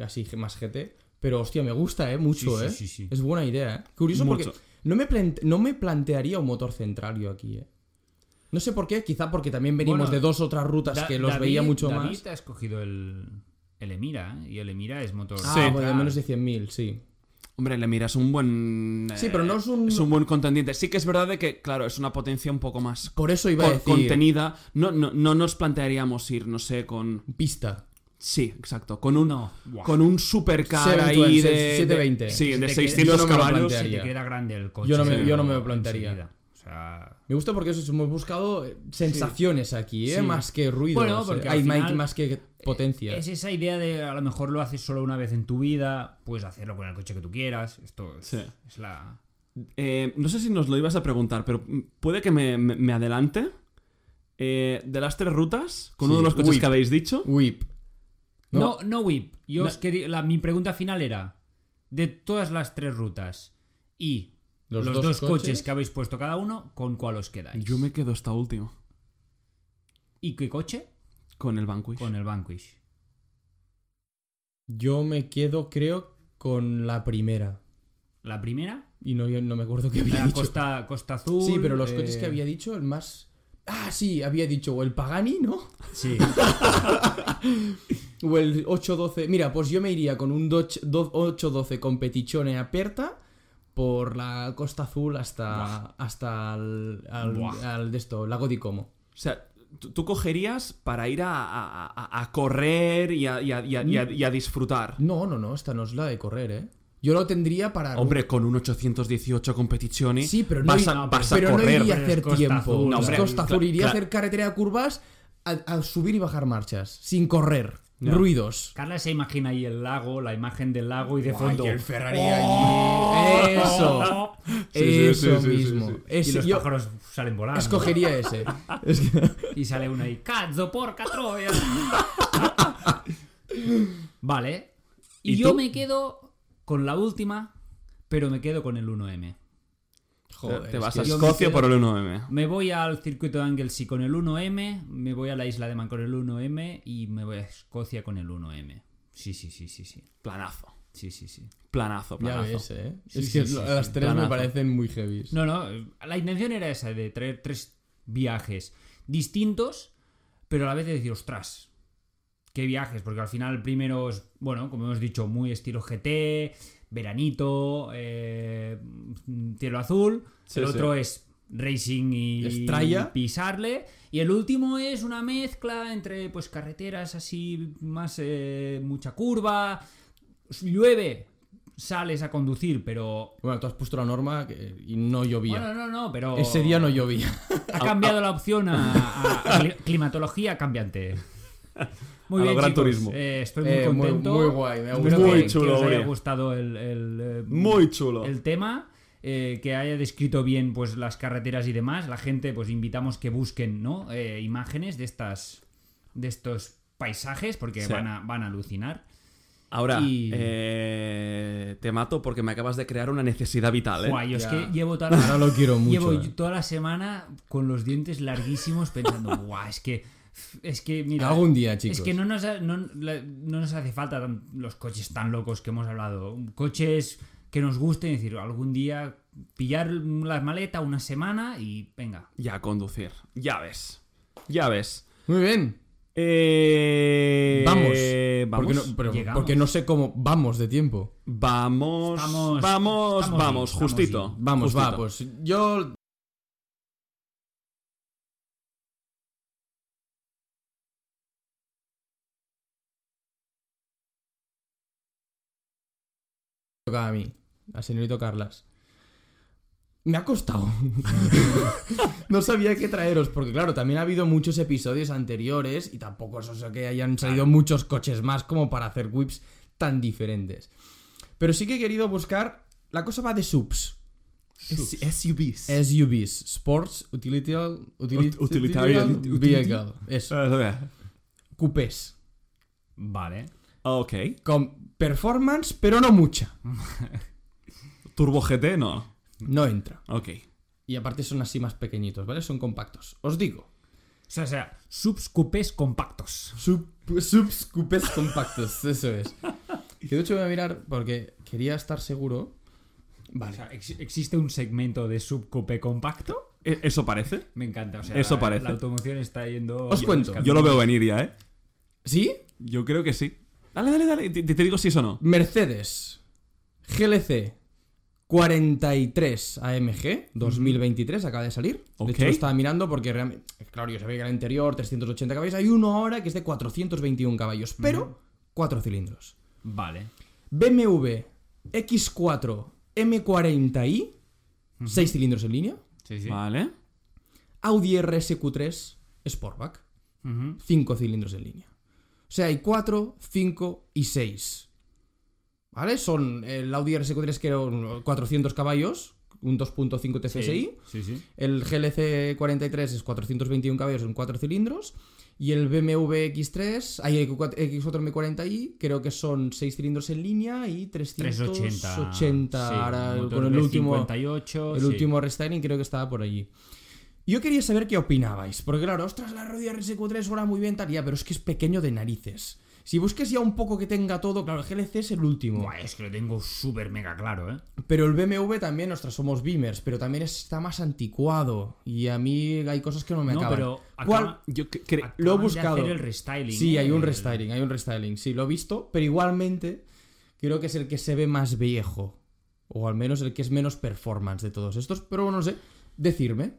[SPEAKER 2] así que más GT. Pero hostia, me gusta, ¿eh? Mucho,
[SPEAKER 3] Sí, sí,
[SPEAKER 2] ¿eh?
[SPEAKER 3] sí, sí.
[SPEAKER 2] Es buena idea, ¿eh? Curioso
[SPEAKER 1] Mucho.
[SPEAKER 2] porque no me, plant- no me plantearía un motor central yo aquí, ¿eh? No sé por qué, quizá porque también venimos
[SPEAKER 3] Bueno,
[SPEAKER 2] de dos otras rutas
[SPEAKER 3] Da-
[SPEAKER 2] que los
[SPEAKER 3] David-
[SPEAKER 2] veía mucho
[SPEAKER 3] David
[SPEAKER 2] más.
[SPEAKER 3] ha escogido el, el Emira, ¿eh? y el Emira es motor...
[SPEAKER 2] Ah,
[SPEAKER 1] Sí.
[SPEAKER 2] bueno, de
[SPEAKER 3] central.
[SPEAKER 2] menos de 100.000, sí.
[SPEAKER 1] Hombre, le miras un buen... eh,
[SPEAKER 2] Sí, pero no es un-
[SPEAKER 1] Es buen contendiente. Sí que es verdad de que, claro, es una potencia un poco más
[SPEAKER 2] Por eso iba a
[SPEAKER 1] con-
[SPEAKER 2] decir
[SPEAKER 1] contenida. No, no, no nos plantearíamos ir, no sé, con...
[SPEAKER 2] pista.
[SPEAKER 1] Sí, exacto. Con un,
[SPEAKER 3] No. Buah.
[SPEAKER 1] con un supercar
[SPEAKER 2] 720,
[SPEAKER 1] ahí de... de-
[SPEAKER 2] 720.
[SPEAKER 1] Sí,
[SPEAKER 3] Se
[SPEAKER 1] de
[SPEAKER 3] te
[SPEAKER 1] 600
[SPEAKER 2] queda- yo no me lo
[SPEAKER 1] caballos.
[SPEAKER 2] planteo.
[SPEAKER 3] Se te
[SPEAKER 2] plantearía.
[SPEAKER 3] queda grande el coche.
[SPEAKER 2] Yo no me-
[SPEAKER 3] pero
[SPEAKER 2] yo no me lo plantearía.
[SPEAKER 3] enseguida. O sea...
[SPEAKER 2] Me gusta porque eso es- hemos buscado eh, sensaciones aquí, ¿eh?
[SPEAKER 3] Sí.
[SPEAKER 2] Más que ruido.
[SPEAKER 3] Bueno,
[SPEAKER 2] o sea,
[SPEAKER 3] porque al
[SPEAKER 2] hay ma-
[SPEAKER 3] final- eh,
[SPEAKER 2] más que potencia.
[SPEAKER 3] Es esa idea de a lo mejor lo haces solo una vez en tu vida, puedes hacerlo con el coche que tú quieras. Esto es,
[SPEAKER 1] Sí.
[SPEAKER 3] es la.
[SPEAKER 1] Eh, no sé si nos lo ibas a preguntar, pero mm, puede que me, me- me adelante. Eh, de las tres rutas, con
[SPEAKER 2] Sí,
[SPEAKER 1] uno de los coches
[SPEAKER 2] uy.
[SPEAKER 1] que habéis dicho...
[SPEAKER 2] Whip.
[SPEAKER 3] No, no, Whip. Yo os quería- la- mi pregunta final era: de todas las tres rutas y los, dos coches? que habéis puesto cada uno, ¿con cuál os quedáis?
[SPEAKER 1] Yo me quedo esta última.
[SPEAKER 3] ¿Y qué coche?
[SPEAKER 1] Con el Vanquish.
[SPEAKER 3] Con el Vanquish.
[SPEAKER 2] Yo me quedo, creo, con la primera.
[SPEAKER 3] La primera,
[SPEAKER 2] Y no, yo no me acuerdo qué había
[SPEAKER 3] la
[SPEAKER 2] dicho.
[SPEAKER 3] Costa, Costa Azul.
[SPEAKER 2] Sí, pero los
[SPEAKER 3] eh,
[SPEAKER 2] coches que había dicho, el más. Ah, sí, había dicho o el Pagani, ¿no?
[SPEAKER 3] Sí,
[SPEAKER 2] O el 812. Mira, pues yo me iría con un Dodge do- 812 con petichone aperta por la Costa Azul hasta hasta al, al-
[SPEAKER 3] Buah.
[SPEAKER 2] al de esto, Lago di Como.
[SPEAKER 1] O sea, tú, tú cogerías para ir a, a- a- a correr y a, y a- y a- y a- y a disfrutar.
[SPEAKER 2] No, no, no, esta no es la de correr, ¿eh? Yo lo tendría para
[SPEAKER 1] Hombre, con un 818 competizioni
[SPEAKER 2] Sí, pero no,
[SPEAKER 1] vas
[SPEAKER 2] ir-
[SPEAKER 1] a, vas a
[SPEAKER 2] pero no
[SPEAKER 1] correr.
[SPEAKER 2] iría a
[SPEAKER 3] pero
[SPEAKER 2] hacer
[SPEAKER 3] es Costa
[SPEAKER 2] tiempo.
[SPEAKER 3] Azul,
[SPEAKER 2] Es
[SPEAKER 1] hombre,
[SPEAKER 2] Costa Azul
[SPEAKER 1] cla-
[SPEAKER 2] iría a
[SPEAKER 1] cla-
[SPEAKER 2] hacer carretera de curvas a, a subir y bajar marchas, sin correr,
[SPEAKER 1] Ya.
[SPEAKER 2] ruidos.
[SPEAKER 3] Carla se imagina ahí el lago, la imagen del lago y de fondo. ¡Oh!
[SPEAKER 2] Ferrari allí. Eso.
[SPEAKER 1] Oh. Sí, sí,
[SPEAKER 2] eso
[SPEAKER 1] sí, sí,
[SPEAKER 2] mismo.
[SPEAKER 1] sí, sí.
[SPEAKER 3] Y
[SPEAKER 2] Ese-
[SPEAKER 3] los
[SPEAKER 2] yo
[SPEAKER 3] pájaros salen volando.
[SPEAKER 2] escogería ese.
[SPEAKER 3] Y sale uno ahí, cazzo porca troia. vale. Y,
[SPEAKER 1] ¿Y
[SPEAKER 3] yo
[SPEAKER 1] tú?
[SPEAKER 3] me quedo con la última, pero me quedo con el 1M.
[SPEAKER 1] Te-
[SPEAKER 2] Joder,
[SPEAKER 1] te
[SPEAKER 2] es
[SPEAKER 1] vas
[SPEAKER 2] que
[SPEAKER 1] a
[SPEAKER 2] yo me
[SPEAKER 1] Escocia
[SPEAKER 2] quedo-
[SPEAKER 1] por el 1M.
[SPEAKER 3] Me voy al circuito de Anglesey con el 1M, me voy a la isla de Man con el 1M y me voy a Escocia con el 1M. Sí, sí, sí, sí, sí.
[SPEAKER 1] Planazo.
[SPEAKER 3] Sí, sí, sí.
[SPEAKER 1] Planazo,
[SPEAKER 2] Ya
[SPEAKER 1] planazo.
[SPEAKER 2] ves, eh.
[SPEAKER 3] Sí,
[SPEAKER 2] es
[SPEAKER 3] sí,
[SPEAKER 2] que
[SPEAKER 3] sí,
[SPEAKER 2] lo-
[SPEAKER 3] sí,
[SPEAKER 2] las tres
[SPEAKER 1] planazo.
[SPEAKER 2] me parecen muy heavy.
[SPEAKER 3] No, no, eh, la intención era esa, de traer tres viajes distintos, pero a la vez de decir, ostras, qué viajes, porque al final el primero es, bueno, como hemos dicho, muy estilo GT, veranito, eh, mm, cielo azul,
[SPEAKER 1] Sí,
[SPEAKER 3] el
[SPEAKER 1] sí.
[SPEAKER 3] otro es racing y
[SPEAKER 2] Estrella.
[SPEAKER 3] pisarle, y el último es una mezcla entre pues carreteras así, más eh, mucha curva, llueve, sales a conducir, pero...
[SPEAKER 2] Bueno, tú has puesto la norma que- y no llovía.
[SPEAKER 3] Bueno, no, no, pero...
[SPEAKER 2] Ese día no llovía.
[SPEAKER 3] Ha
[SPEAKER 1] Ah,
[SPEAKER 3] cambiado la opción a, a- a cli- climatología cambiante. Muy
[SPEAKER 1] A lo
[SPEAKER 3] bien,
[SPEAKER 1] Gran
[SPEAKER 3] chicos.
[SPEAKER 1] Turismo.
[SPEAKER 3] Eh, estoy muy
[SPEAKER 2] Eh, muy-
[SPEAKER 3] contento.
[SPEAKER 2] muy guay, me ha
[SPEAKER 3] Espero
[SPEAKER 1] gustado.
[SPEAKER 3] que-
[SPEAKER 1] Muy
[SPEAKER 3] que,
[SPEAKER 1] chulo,
[SPEAKER 3] os haya
[SPEAKER 1] Gabriel.
[SPEAKER 3] gustado el, el, eh,
[SPEAKER 1] Muy chulo.
[SPEAKER 3] el tema, eh, que haya descrito bien pues las carreteras y demás. La gente, pues invitamos que busquen ¿no? Eh, imágenes de estas de estos paisajes porque
[SPEAKER 1] Sí.
[SPEAKER 3] van, a, van a alucinar.
[SPEAKER 1] Ahora,
[SPEAKER 3] Y-
[SPEAKER 1] eh, te mato porque me acabas de crear una necesidad vital, ¿eh?
[SPEAKER 3] Guay, yo es
[SPEAKER 2] Ya.
[SPEAKER 3] que llevo toda
[SPEAKER 2] Ahora
[SPEAKER 3] la,
[SPEAKER 2] lo quiero mucho.
[SPEAKER 3] llevo
[SPEAKER 2] eh.
[SPEAKER 3] toda la semana con los dientes larguísimos pensando, guau, es que es que mira,
[SPEAKER 2] Algún día, chicos.
[SPEAKER 3] Es que no nos, ha- no, la- no nos hace falta tan- los coches tan locos que hemos hablado. Coches que nos gusten, es decir, algún día pillar la maleta una semana y venga.
[SPEAKER 1] Ya a conducir. Ya ves. Ya ves.
[SPEAKER 2] Muy bien.
[SPEAKER 1] Eh,
[SPEAKER 2] Vamos.
[SPEAKER 1] Vamos.
[SPEAKER 2] Porque no, pero-
[SPEAKER 3] llegamos.
[SPEAKER 2] porque no sé cómo vamos de tiempo.
[SPEAKER 1] Vamos. Vamos.
[SPEAKER 3] Estamos-
[SPEAKER 1] Vamos.
[SPEAKER 3] estamos bien, estamos
[SPEAKER 1] justito.
[SPEAKER 3] bien.
[SPEAKER 2] Vamos, va,
[SPEAKER 1] justito.
[SPEAKER 2] pues yo. Toca a mí, al señorito Carlas. Me ha costado. no sabía qué traeros, porque claro, también ha habido muchos episodios anteriores y tampoco es eso que hayan salido muchos coches más como para hacer whips tan diferentes. Pero sí que he querido buscar. La cosa va de subs.
[SPEAKER 1] S- SUVs.
[SPEAKER 2] SUVs, Sports Utilitarian,
[SPEAKER 1] Ut- utilitarian-
[SPEAKER 2] Vehicle. Eso.
[SPEAKER 3] pues.
[SPEAKER 2] Coupés.
[SPEAKER 3] Vale.
[SPEAKER 1] Ok.
[SPEAKER 2] Con performance, pero no mucha.
[SPEAKER 1] Turbo GT, no.
[SPEAKER 2] No entra.
[SPEAKER 1] Ok. E,
[SPEAKER 2] Y aparte son así más pequeñitos, ¿vale? Son compactos. Os digo.
[SPEAKER 3] O sea, o sea, subs coupés compactos.
[SPEAKER 2] sub- subs coupés compactos. Eso es. Que de hecho voy a mirar porque quería estar seguro.
[SPEAKER 3] O
[SPEAKER 2] Vale.
[SPEAKER 3] sea, ex- ¿existe un segmento de subcoupé compacto?
[SPEAKER 1] E- ¿Eso parece?
[SPEAKER 3] Me encanta. O sea,
[SPEAKER 1] Eso
[SPEAKER 3] la-
[SPEAKER 1] parece.
[SPEAKER 3] La automoción está yendo.
[SPEAKER 2] Os cuento.
[SPEAKER 1] Yo lo veo venir ya, ¿eh?
[SPEAKER 2] ¿Sí?
[SPEAKER 1] Yo creo que sí. Dale, dale, dale. Te, te digo si es o no.
[SPEAKER 2] Mercedes GLC 43 AMG 2023 acaba de salir.
[SPEAKER 1] Ok.
[SPEAKER 2] De hecho, lo estaba mirando porque realmente, claro, yo sabía que era el anterior 380 caballos. Hay uno ahora que es de 421 caballos, pero 4 cilindros.
[SPEAKER 3] Vale.
[SPEAKER 2] BMW X4 M40i 6 cilindros en línea.
[SPEAKER 3] Sí, sí.
[SPEAKER 1] Vale.
[SPEAKER 2] Audi RSQ3 Sportback
[SPEAKER 3] Ujú.
[SPEAKER 2] 5 cilindros en línea. O sea, hay 4, 5 y 6. ¿Vale? Son el Audi RSQ3 que eran 400 caballos, un 2.5 TFSI.
[SPEAKER 3] Sí, sí.
[SPEAKER 2] El GLC 43 es 421 caballos en 4 cilindros. Y el BMW X3, hay X4M40i, creo que son 6 cilindros en línea y 380.
[SPEAKER 3] 380.
[SPEAKER 2] 380
[SPEAKER 3] Sí,
[SPEAKER 2] ahora
[SPEAKER 3] motor
[SPEAKER 2] con el
[SPEAKER 3] de
[SPEAKER 2] último
[SPEAKER 3] 58,
[SPEAKER 2] el
[SPEAKER 3] sí.
[SPEAKER 2] último restyling creo que estaba por allí. Yo quería saber qué opinabais, porque claro, ostras, la rodilla RSQ3 ahora muy bien, tal, ya, pero es que es pequeño de narices. Si buscas ya un poco que tenga todo, claro, el GLC es el último.
[SPEAKER 3] Buah, es que lo tengo súper mega claro, ¿eh?
[SPEAKER 2] Pero el BMW también, ostras, somos beamers, pero también está más anticuado. Y a mí hay cosas que no me
[SPEAKER 3] No,
[SPEAKER 2] acaban.
[SPEAKER 3] pero
[SPEAKER 2] ¿Cuál?
[SPEAKER 3] acaba-
[SPEAKER 1] Yo cre- cre-
[SPEAKER 3] acaban
[SPEAKER 2] lo he
[SPEAKER 3] de
[SPEAKER 2] buscado.
[SPEAKER 3] hacer el restyling.
[SPEAKER 2] Sí,
[SPEAKER 3] ¿eh?
[SPEAKER 2] hay un
[SPEAKER 3] El-
[SPEAKER 2] restyling, hay un restyling, sí, lo he visto, pero igualmente creo que es el que se ve más viejo. O al menos el que es menos performance de todos estos, pero no sé, decirme.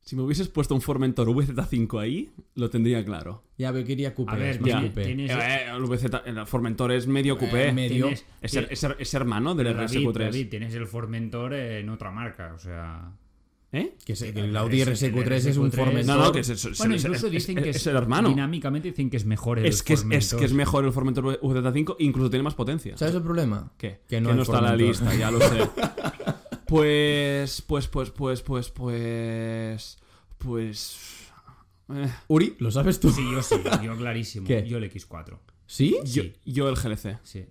[SPEAKER 1] Si me hubieses puesto un Formentor VZ5 ahí, lo tendría claro.
[SPEAKER 2] Ya veo que iría coupé,
[SPEAKER 3] A ver,
[SPEAKER 2] es más
[SPEAKER 1] ya.
[SPEAKER 2] coupé.
[SPEAKER 3] tienes-
[SPEAKER 1] Eh, eh, el, VZ el Formentor es medio coupé.
[SPEAKER 2] Eh, medio.
[SPEAKER 3] tienes-
[SPEAKER 1] es,
[SPEAKER 3] tienes-
[SPEAKER 1] her- es her- es hermano del
[SPEAKER 3] Eh, David,
[SPEAKER 1] RSQ3.
[SPEAKER 3] David, tienes el Formentor en otra marca, o sea...
[SPEAKER 1] ¿Eh?
[SPEAKER 2] Que, se- que
[SPEAKER 3] El
[SPEAKER 2] el Audi
[SPEAKER 3] RS-
[SPEAKER 2] RSQ3 es
[SPEAKER 3] el
[SPEAKER 2] un
[SPEAKER 3] RSQ3.
[SPEAKER 2] Formentor.
[SPEAKER 1] No, no, que es, es- es-
[SPEAKER 3] Pues Bueno,
[SPEAKER 1] es-
[SPEAKER 3] incluso
[SPEAKER 1] es-
[SPEAKER 3] dicen
[SPEAKER 1] es-
[SPEAKER 3] que
[SPEAKER 1] es el hermano.
[SPEAKER 3] Dinámicamente dicen que es mejor el
[SPEAKER 1] Es que es, es
[SPEAKER 3] Formentor.
[SPEAKER 1] que es mejor el Formentor VZ5, incluso tiene más potencia.
[SPEAKER 2] ¿Sabes el problema?
[SPEAKER 1] ¿Qué?
[SPEAKER 2] Que no, hay
[SPEAKER 1] está en la
[SPEAKER 2] Formentor.
[SPEAKER 1] lista, ya lo sé. pues, pues, pues, pues, pues, pues, pues... eh,
[SPEAKER 2] Uri, ¿lo sabes tú?
[SPEAKER 3] Sí, yo sí, yo clarísimo.
[SPEAKER 2] ¿Qué?
[SPEAKER 3] Yo el X4.
[SPEAKER 2] ¿Sí?
[SPEAKER 1] yo,
[SPEAKER 3] Sí.
[SPEAKER 1] yo el GLC.
[SPEAKER 3] Sí.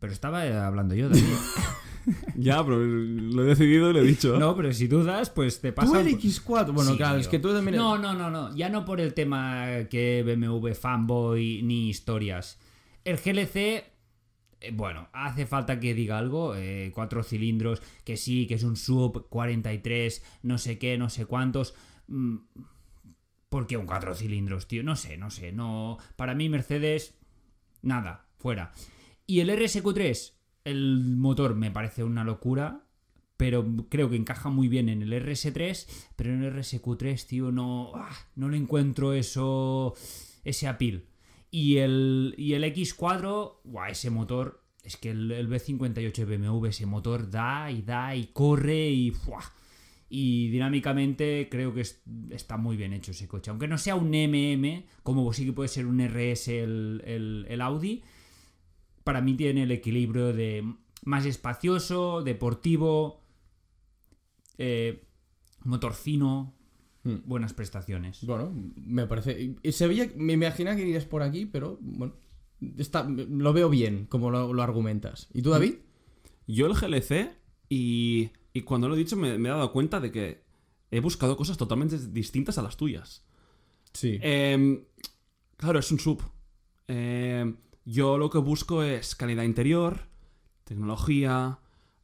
[SPEAKER 3] Pero estaba eh, hablando yo también.
[SPEAKER 1] Ya, pero lo he decidido y lo he dicho.
[SPEAKER 3] no, pero si dudas, pues te pasa.
[SPEAKER 2] ¿Tú el X4? Bueno,
[SPEAKER 3] Sí,
[SPEAKER 2] claro, es
[SPEAKER 3] tío.
[SPEAKER 2] que tú también...
[SPEAKER 3] No, no, no, no. Ya no por el tema que BMW fanboy ni historias. El GLC, eh, bueno, hace falta que diga algo. eh, cuatro cilindros, que sí, que es un sub 43, no sé qué, no sé cuántos. Mm, ¿Por qué un cuatro cilindros, tío? No sé, no sé. No. Para mí, Mercedes, nada, fuera. Y el RSQ3, el motor me parece una locura, pero creo que encaja muy bien en el RS3, pero en el RSQ3, tío, no, ah, no le encuentro eso, ese apil. Y el, y el X4, guau, ese motor, es que el, el B58 BMW, ese motor da y da y corre y... ¡fua! Y dinámicamente creo que es- está muy bien hecho ese coche. Aunque no sea un MM, como sí que puede ser un RS el, el- el Audi, para mí tiene el equilibrio de más espacioso, deportivo, eh, motor fino,
[SPEAKER 2] Hmm.
[SPEAKER 3] buenas prestaciones.
[SPEAKER 2] Bueno, me parece... y Se veía... Me imagina que irías por aquí, pero bueno... Está, lo veo bien, como lo, lo argumentas. ¿Y tú, David?
[SPEAKER 1] Yo el GLC y, y cuando lo he dicho me, me he dado cuenta de que he buscado cosas totalmente distintas a las tuyas.
[SPEAKER 2] Sí.
[SPEAKER 1] Em, claro, es un sub. Em, yo lo que busco es calidad interior, tecnología,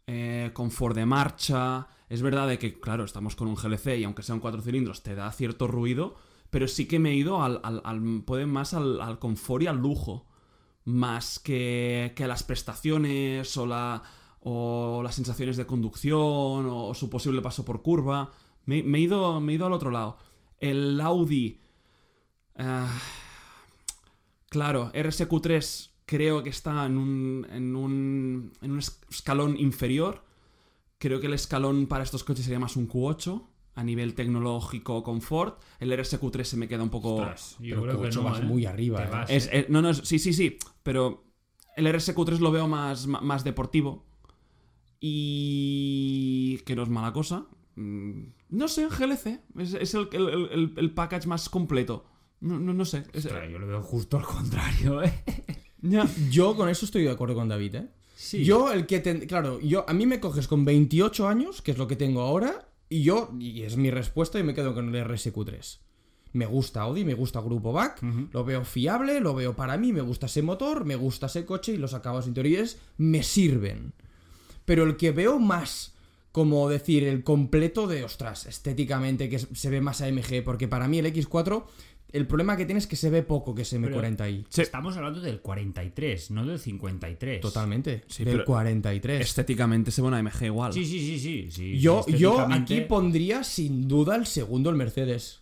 [SPEAKER 1] eh, confort de marcha. Es verdad de que, claro, estamos con un GLC y aunque sean cuatro cilindros te da cierto ruido, pero sí que me he ido al, al, al- puede más al, al confort y al lujo, más que, que a las prestaciones o, la, o las sensaciones de conducción o, su posible paso por curva. Me, me he ido, me he ido al otro lado. El Audi, Ah, claro, RSQ3 creo que está en un, en un, en un es- escalón inferior. Creo que el escalón para estos coches sería más un Q8 a nivel tecnológico, confort. El RSQ3 se me queda un poco...
[SPEAKER 3] Ostras, yo
[SPEAKER 2] pero
[SPEAKER 3] creo que
[SPEAKER 2] Q8
[SPEAKER 3] no,
[SPEAKER 2] vas
[SPEAKER 3] ¿eh?
[SPEAKER 2] muy arriba,
[SPEAKER 3] Te
[SPEAKER 2] ¿eh?
[SPEAKER 3] vas,
[SPEAKER 1] Es-
[SPEAKER 3] ¿eh?
[SPEAKER 1] eh, no, no, es- sí, sí, sí, pero el RSQ3 lo veo más, ma- más deportivo y que no es mala cosa. Mm, No sé, GLC es, es el, el- el- el package más completo. No, no, no sé. es-
[SPEAKER 3] Ostras, yo lo veo justo al contrario, ¿eh?
[SPEAKER 1] Ya.
[SPEAKER 2] Yo con eso estoy de acuerdo con David, ¿eh?
[SPEAKER 3] Sí.
[SPEAKER 2] Yo, el que. ten- Claro, yo a mí me coges con 28 años, que es lo que tengo ahora, y yo, y es mi respuesta, y me quedo con el RSQ3. Me gusta Audi, me gusta Grupo Back,
[SPEAKER 3] Ujú.
[SPEAKER 2] lo veo fiable, lo veo para mí, me gusta ese motor, me gusta ese coche y los acabados interiores me sirven. Pero el que veo más, como decir, el completo de, ostras, estéticamente, que es- se ve más AMG, porque para mí el X4, el problema que tiene es que se ve poco que ese M40i.
[SPEAKER 1] Sí.
[SPEAKER 3] Estamos hablando del 43, no del 53.
[SPEAKER 2] Totalmente.
[SPEAKER 1] Sí,
[SPEAKER 2] del
[SPEAKER 1] pero-
[SPEAKER 2] 43.
[SPEAKER 1] Estéticamente se ve una MG igual.
[SPEAKER 3] Sí, sí, sí, sí. sí
[SPEAKER 2] Yo, yo
[SPEAKER 3] Estéticamente-
[SPEAKER 2] aquí pondría sin duda el segundo el Mercedes.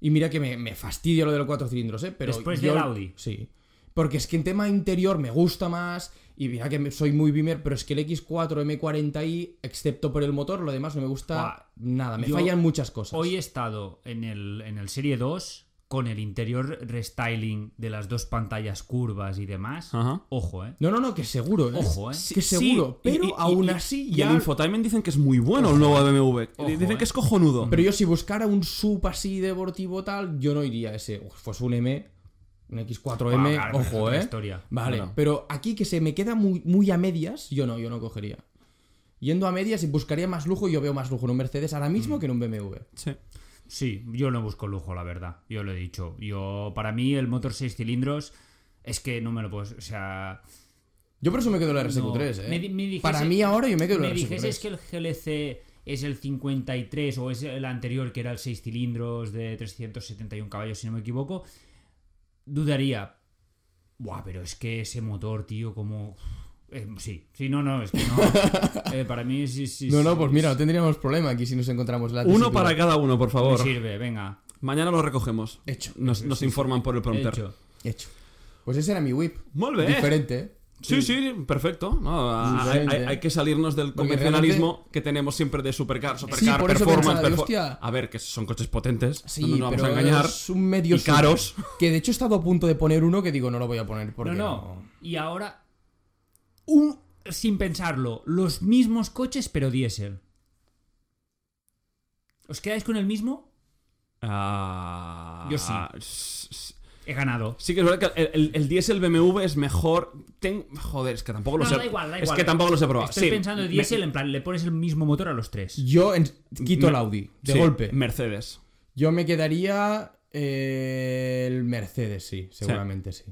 [SPEAKER 2] Y mira que me, me fastidia lo de los cuatro cilindros, ¿eh? Pero
[SPEAKER 3] Después
[SPEAKER 2] yo-
[SPEAKER 3] del Audi.
[SPEAKER 2] Sí. Porque es que en tema interior me gusta más. Y mira que me- soy muy bimer, pero es que el X4 M40i, excepto por el motor, lo demás no me gusta
[SPEAKER 3] Buah,
[SPEAKER 2] nada. Me
[SPEAKER 3] yo
[SPEAKER 2] fallan muchas cosas.
[SPEAKER 3] Hoy he estado en el, en el Serie 2 con el interior restyling de las dos pantallas curvas y demás.
[SPEAKER 2] Ah.
[SPEAKER 1] Ajá.
[SPEAKER 3] Ojo, ¿eh?
[SPEAKER 2] No, no, no, que seguro, ¿eh?
[SPEAKER 3] Ojo, ¿eh?
[SPEAKER 2] Que seguro.
[SPEAKER 1] sí, y-
[SPEAKER 2] pero
[SPEAKER 1] y- y-
[SPEAKER 2] aún
[SPEAKER 1] y-
[SPEAKER 2] así
[SPEAKER 1] Y
[SPEAKER 2] ya...
[SPEAKER 1] el infotainment dicen que es muy bueno el nuevo BMW.
[SPEAKER 3] Ojo,
[SPEAKER 1] dicen
[SPEAKER 3] eh.
[SPEAKER 1] que es cojonudo.
[SPEAKER 2] Pero yo si buscara un sub así deportivo tal, yo no iría a ese. Uf, Pues un M, un X4M,
[SPEAKER 3] Ah, claro, pero es
[SPEAKER 2] ojo,
[SPEAKER 3] otra
[SPEAKER 2] eh.
[SPEAKER 3] historia.
[SPEAKER 2] Vale,
[SPEAKER 1] Bueno.
[SPEAKER 2] pero aquí que se me queda muy, muy a medias, yo no, yo no cogería. Yendo a medias y buscaría más lujo, yo veo más lujo en un Mercedes ahora mismo
[SPEAKER 3] Mm.
[SPEAKER 2] que en un BMW.
[SPEAKER 1] Sí.
[SPEAKER 3] Sí, yo no busco lujo, la verdad. Yo lo he dicho. Yo, para mí, el motor 6 cilindros es que no me lo puedo. O sea.
[SPEAKER 2] Yo por eso me quedo en la
[SPEAKER 3] no.
[SPEAKER 2] RSQ3, ¿eh?
[SPEAKER 3] Me di- me dijese-
[SPEAKER 2] Para mí ahora yo me quedo en
[SPEAKER 3] Me
[SPEAKER 2] la RSQ3.
[SPEAKER 3] dijese es que el GLC es el 53 o es el anterior que era el 6 cilindros de 371 caballos, si no me equivoco, dudaría. Buah, pero es que ese motor, tío, como. Eh, sí, sí, no, no, es que no. Eh, para mí sí, sí.
[SPEAKER 2] No,
[SPEAKER 3] sí,
[SPEAKER 2] no, pues mira, no
[SPEAKER 3] sí,
[SPEAKER 2] tendríamos problema aquí si nos encontramos la
[SPEAKER 1] Uno
[SPEAKER 2] tesitura.
[SPEAKER 1] para cada uno, por
[SPEAKER 3] me
[SPEAKER 1] favor.
[SPEAKER 3] sirve, venga.
[SPEAKER 1] Mañana lo recogemos.
[SPEAKER 2] Hecho,
[SPEAKER 1] Nos, nos informan por el prompter.
[SPEAKER 3] Hecho.
[SPEAKER 2] hecho. Pues ese era mi whip.
[SPEAKER 1] Muy bien.
[SPEAKER 2] Diferente, ¿eh?
[SPEAKER 1] Sí, sí, perfecto. No, a- hay,
[SPEAKER 2] Diferente,
[SPEAKER 1] hay-
[SPEAKER 2] ¿eh?
[SPEAKER 1] hay que salirnos del
[SPEAKER 2] Porque
[SPEAKER 1] convencionalismo que tenemos siempre de supercar, supercar,
[SPEAKER 2] por eso
[SPEAKER 1] performance,
[SPEAKER 2] pensaba,
[SPEAKER 1] perfo-
[SPEAKER 2] hostia.
[SPEAKER 1] A ver, que son coches potentes,
[SPEAKER 2] Sí,
[SPEAKER 1] no nos vamos
[SPEAKER 2] pero
[SPEAKER 1] a engañar.
[SPEAKER 2] es un medio
[SPEAKER 1] Y caros.
[SPEAKER 2] suyo. Que de hecho he estado a punto de poner uno que digo, no lo voy a poner porque
[SPEAKER 3] No, no. Y ahora, un, sin pensarlo, los mismos coches pero diésel. ¿Os quedáis con el mismo?
[SPEAKER 1] Ah,
[SPEAKER 3] Yo sí.
[SPEAKER 1] s- s-
[SPEAKER 3] He ganado.
[SPEAKER 1] Sí que es verdad que el, el, el diésel BMW es mejor... Ten- Joder, es que tampoco lo
[SPEAKER 3] No,
[SPEAKER 1] sé.
[SPEAKER 3] da igual, da
[SPEAKER 1] Es
[SPEAKER 3] igual.
[SPEAKER 1] que tampoco los he probado.
[SPEAKER 3] Estoy
[SPEAKER 1] Sí,
[SPEAKER 3] pensando en
[SPEAKER 1] me-
[SPEAKER 3] diésel, en plan, le pones el mismo motor a los tres.
[SPEAKER 2] Yo en- quito
[SPEAKER 1] Me-
[SPEAKER 2] el Audi, de
[SPEAKER 1] sí,
[SPEAKER 2] golpe.
[SPEAKER 1] Mercedes.
[SPEAKER 2] Yo me quedaría eh, el Mercedes, sí, seguramente sí.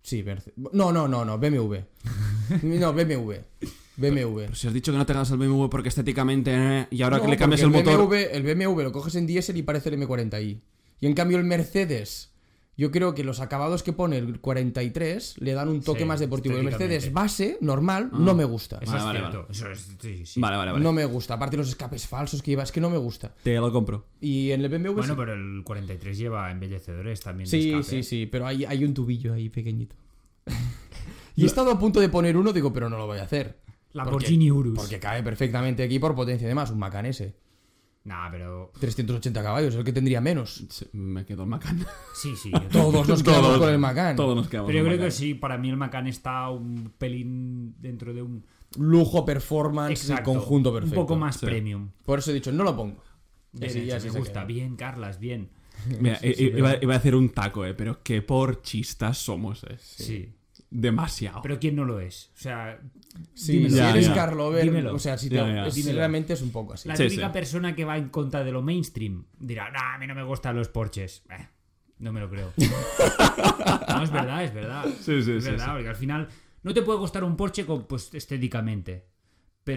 [SPEAKER 2] Sí, Mercedes. No, no, no, no, BMW. No, BMW. BMW.
[SPEAKER 1] Pero si has dicho que no te ganas el BMW porque estéticamente... eh, y ahora que
[SPEAKER 2] No,
[SPEAKER 1] le cambias el
[SPEAKER 2] porque
[SPEAKER 1] motor...
[SPEAKER 2] BMW, el BMW lo coges en diésel y parece el M40i. Y en cambio el Mercedes, yo creo que los acabados que pone el 43 le dan un toque
[SPEAKER 3] Sí,
[SPEAKER 2] más deportivo. El
[SPEAKER 3] estéticamente.
[SPEAKER 2] Mercedes base, normal,
[SPEAKER 1] Ah.
[SPEAKER 2] no me gusta.
[SPEAKER 3] Eso
[SPEAKER 1] Vale,
[SPEAKER 3] es
[SPEAKER 1] vale,
[SPEAKER 3] cierto. Eso es, sí, sí.
[SPEAKER 1] Vale, vale, vale.
[SPEAKER 2] No me gusta. Aparte los escapes falsos que lleva, es que no me gusta.
[SPEAKER 1] Te lo compro.
[SPEAKER 2] Y en el BMW...
[SPEAKER 3] Bueno,
[SPEAKER 2] pues sí-
[SPEAKER 3] pero el 43 lleva embellecedores también. de
[SPEAKER 2] Sí,
[SPEAKER 3] escape.
[SPEAKER 2] sí, sí, pero hay, hay un tubillo ahí pequeñito. y he estado a punto de poner uno, digo, pero no lo voy a hacer.
[SPEAKER 3] Lamborghini Urus.
[SPEAKER 2] Porque cae perfectamente aquí por potencia. Además, un Macan ese.
[SPEAKER 3] Nah, pero.
[SPEAKER 2] 380 caballos, el que tendría menos.
[SPEAKER 1] Sí, me quedo el Macan.
[SPEAKER 3] Sí, sí. yo-
[SPEAKER 2] Todos nos quedamos con el Macan.
[SPEAKER 1] Todos nos quedamos
[SPEAKER 3] Pero yo
[SPEAKER 1] con
[SPEAKER 3] creo
[SPEAKER 1] Macan.
[SPEAKER 3] que sí, para mí el Macan está un pelín dentro de un.
[SPEAKER 2] Lujo, performance, el
[SPEAKER 3] Exacto.
[SPEAKER 2] Ah, conjunto perfecto.
[SPEAKER 3] Un poco más
[SPEAKER 1] sí.
[SPEAKER 3] premium.
[SPEAKER 2] Por eso he dicho, no lo pongo. Y
[SPEAKER 3] Bien
[SPEAKER 2] así- y
[SPEAKER 3] hecho,
[SPEAKER 2] así
[SPEAKER 3] me
[SPEAKER 2] se
[SPEAKER 3] gusta.
[SPEAKER 2] queda.
[SPEAKER 3] Bien, Carlas, bien.
[SPEAKER 1] Mira, i- i- iba, iba a hacer un taco, eh, pero qué porchistas somos, eh.
[SPEAKER 3] Sí.
[SPEAKER 1] Demasiado.
[SPEAKER 3] Pero ¿quién no lo es? O sea,
[SPEAKER 2] Sí,
[SPEAKER 3] dímelo.
[SPEAKER 2] si
[SPEAKER 1] Ya,
[SPEAKER 2] eres
[SPEAKER 1] ya.
[SPEAKER 2] Carlover,
[SPEAKER 3] Dímelo.
[SPEAKER 2] o sea, si te,
[SPEAKER 1] Ya, ya.
[SPEAKER 2] es-
[SPEAKER 3] Dímelo. Eh,
[SPEAKER 2] realmente es un poco así.
[SPEAKER 3] la
[SPEAKER 1] Sí,
[SPEAKER 3] típica
[SPEAKER 1] sí.
[SPEAKER 3] persona que va en contra de lo mainstream dirá, "Nah, a mí no me gustan los porches. Eh, no me lo creo. no, es verdad, es verdad.
[SPEAKER 1] Sí, sí,
[SPEAKER 3] es
[SPEAKER 1] sí,
[SPEAKER 3] verdad,
[SPEAKER 1] sí.
[SPEAKER 3] porque al final no te puede gustar un porche con, pues, estéticamente.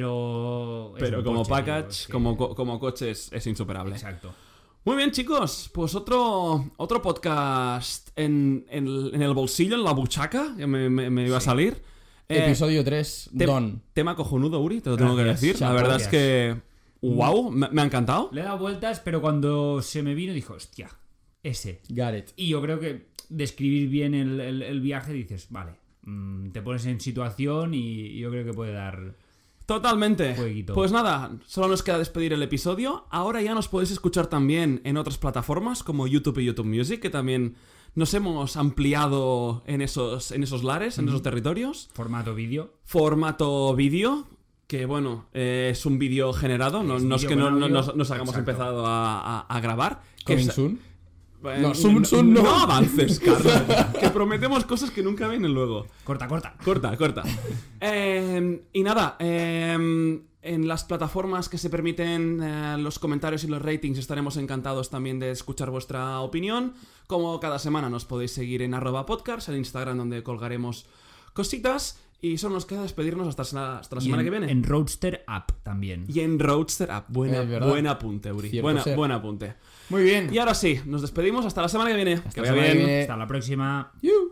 [SPEAKER 3] Pero. es
[SPEAKER 1] Pero
[SPEAKER 3] un
[SPEAKER 1] como
[SPEAKER 3] Porsche, tío,
[SPEAKER 1] package,
[SPEAKER 3] es que-
[SPEAKER 1] como, co- como coche es, es insuperable.
[SPEAKER 3] Exacto.
[SPEAKER 1] Muy bien, chicos. Pues otro, otro podcast en, en el- en el bolsillo, en la buchaca, que me, me- me iba a salir. Eh,
[SPEAKER 2] Episodio 3,
[SPEAKER 1] te-
[SPEAKER 2] Don.
[SPEAKER 1] Tema cojonudo, Uri, te lo tengo
[SPEAKER 3] Gracias,
[SPEAKER 1] que decir. La
[SPEAKER 3] chapo.
[SPEAKER 1] verdad es que. ¡Wow! Me, me ha encantado.
[SPEAKER 3] Le he dado vueltas, pero cuando se me vino dije, hostia, ese.
[SPEAKER 2] Gareth.
[SPEAKER 3] Y yo creo que describir bien el, el- el viaje dices, vale, mm, te pones en situación y yo creo que puede dar...
[SPEAKER 1] Totalmente.
[SPEAKER 3] Jueguito.
[SPEAKER 1] Pues nada, solo nos queda despedir el episodio. Ahora ya nos podéis escuchar también en otras plataformas como YouTube y YouTube Music, que también nos hemos ampliado en esos, en esos lares, en esos territorios.
[SPEAKER 3] Formato vídeo.
[SPEAKER 1] Formato vídeo, que bueno, eh, es un vídeo generado, no,
[SPEAKER 3] Es
[SPEAKER 1] no es
[SPEAKER 3] vídeo
[SPEAKER 1] que no,
[SPEAKER 3] con
[SPEAKER 1] no-
[SPEAKER 3] audio.
[SPEAKER 1] nos, nos hagamos
[SPEAKER 3] Exacto.
[SPEAKER 1] empezado a, a- a grabar. Que
[SPEAKER 2] Coming
[SPEAKER 1] es-
[SPEAKER 2] soon.
[SPEAKER 1] eh,
[SPEAKER 2] No, soon, soon no.
[SPEAKER 1] avances, Carlos. que prometemos cosas que nunca vienen luego.
[SPEAKER 3] Corta, corta.
[SPEAKER 1] Corta, corta. Eh, y nada, eh, en las plataformas que se permiten eh, los comentarios y los ratings estaremos encantados también de escuchar vuestra opinión. Como cada semana nos podéis seguir en arroba podcast, en Instagram donde colgaremos cositas. Y solo nos queda despedirnos hasta, la- hasta la
[SPEAKER 3] Y
[SPEAKER 1] semana
[SPEAKER 3] en,
[SPEAKER 1] que viene.
[SPEAKER 3] En Roadster App también.
[SPEAKER 1] Y en Roadster App. Buena,
[SPEAKER 2] Es verdad.
[SPEAKER 1] buen apunte, Uri.
[SPEAKER 2] Cierto
[SPEAKER 1] Buena,
[SPEAKER 2] ser.
[SPEAKER 1] buen apunte.
[SPEAKER 2] Muy bien.
[SPEAKER 1] Y ahora sí, nos despedimos hasta la semana que viene. que
[SPEAKER 3] Hasta
[SPEAKER 1] vaya
[SPEAKER 3] la semana que
[SPEAKER 1] bien.
[SPEAKER 2] viene.
[SPEAKER 3] Hasta la próxima.
[SPEAKER 2] Iu.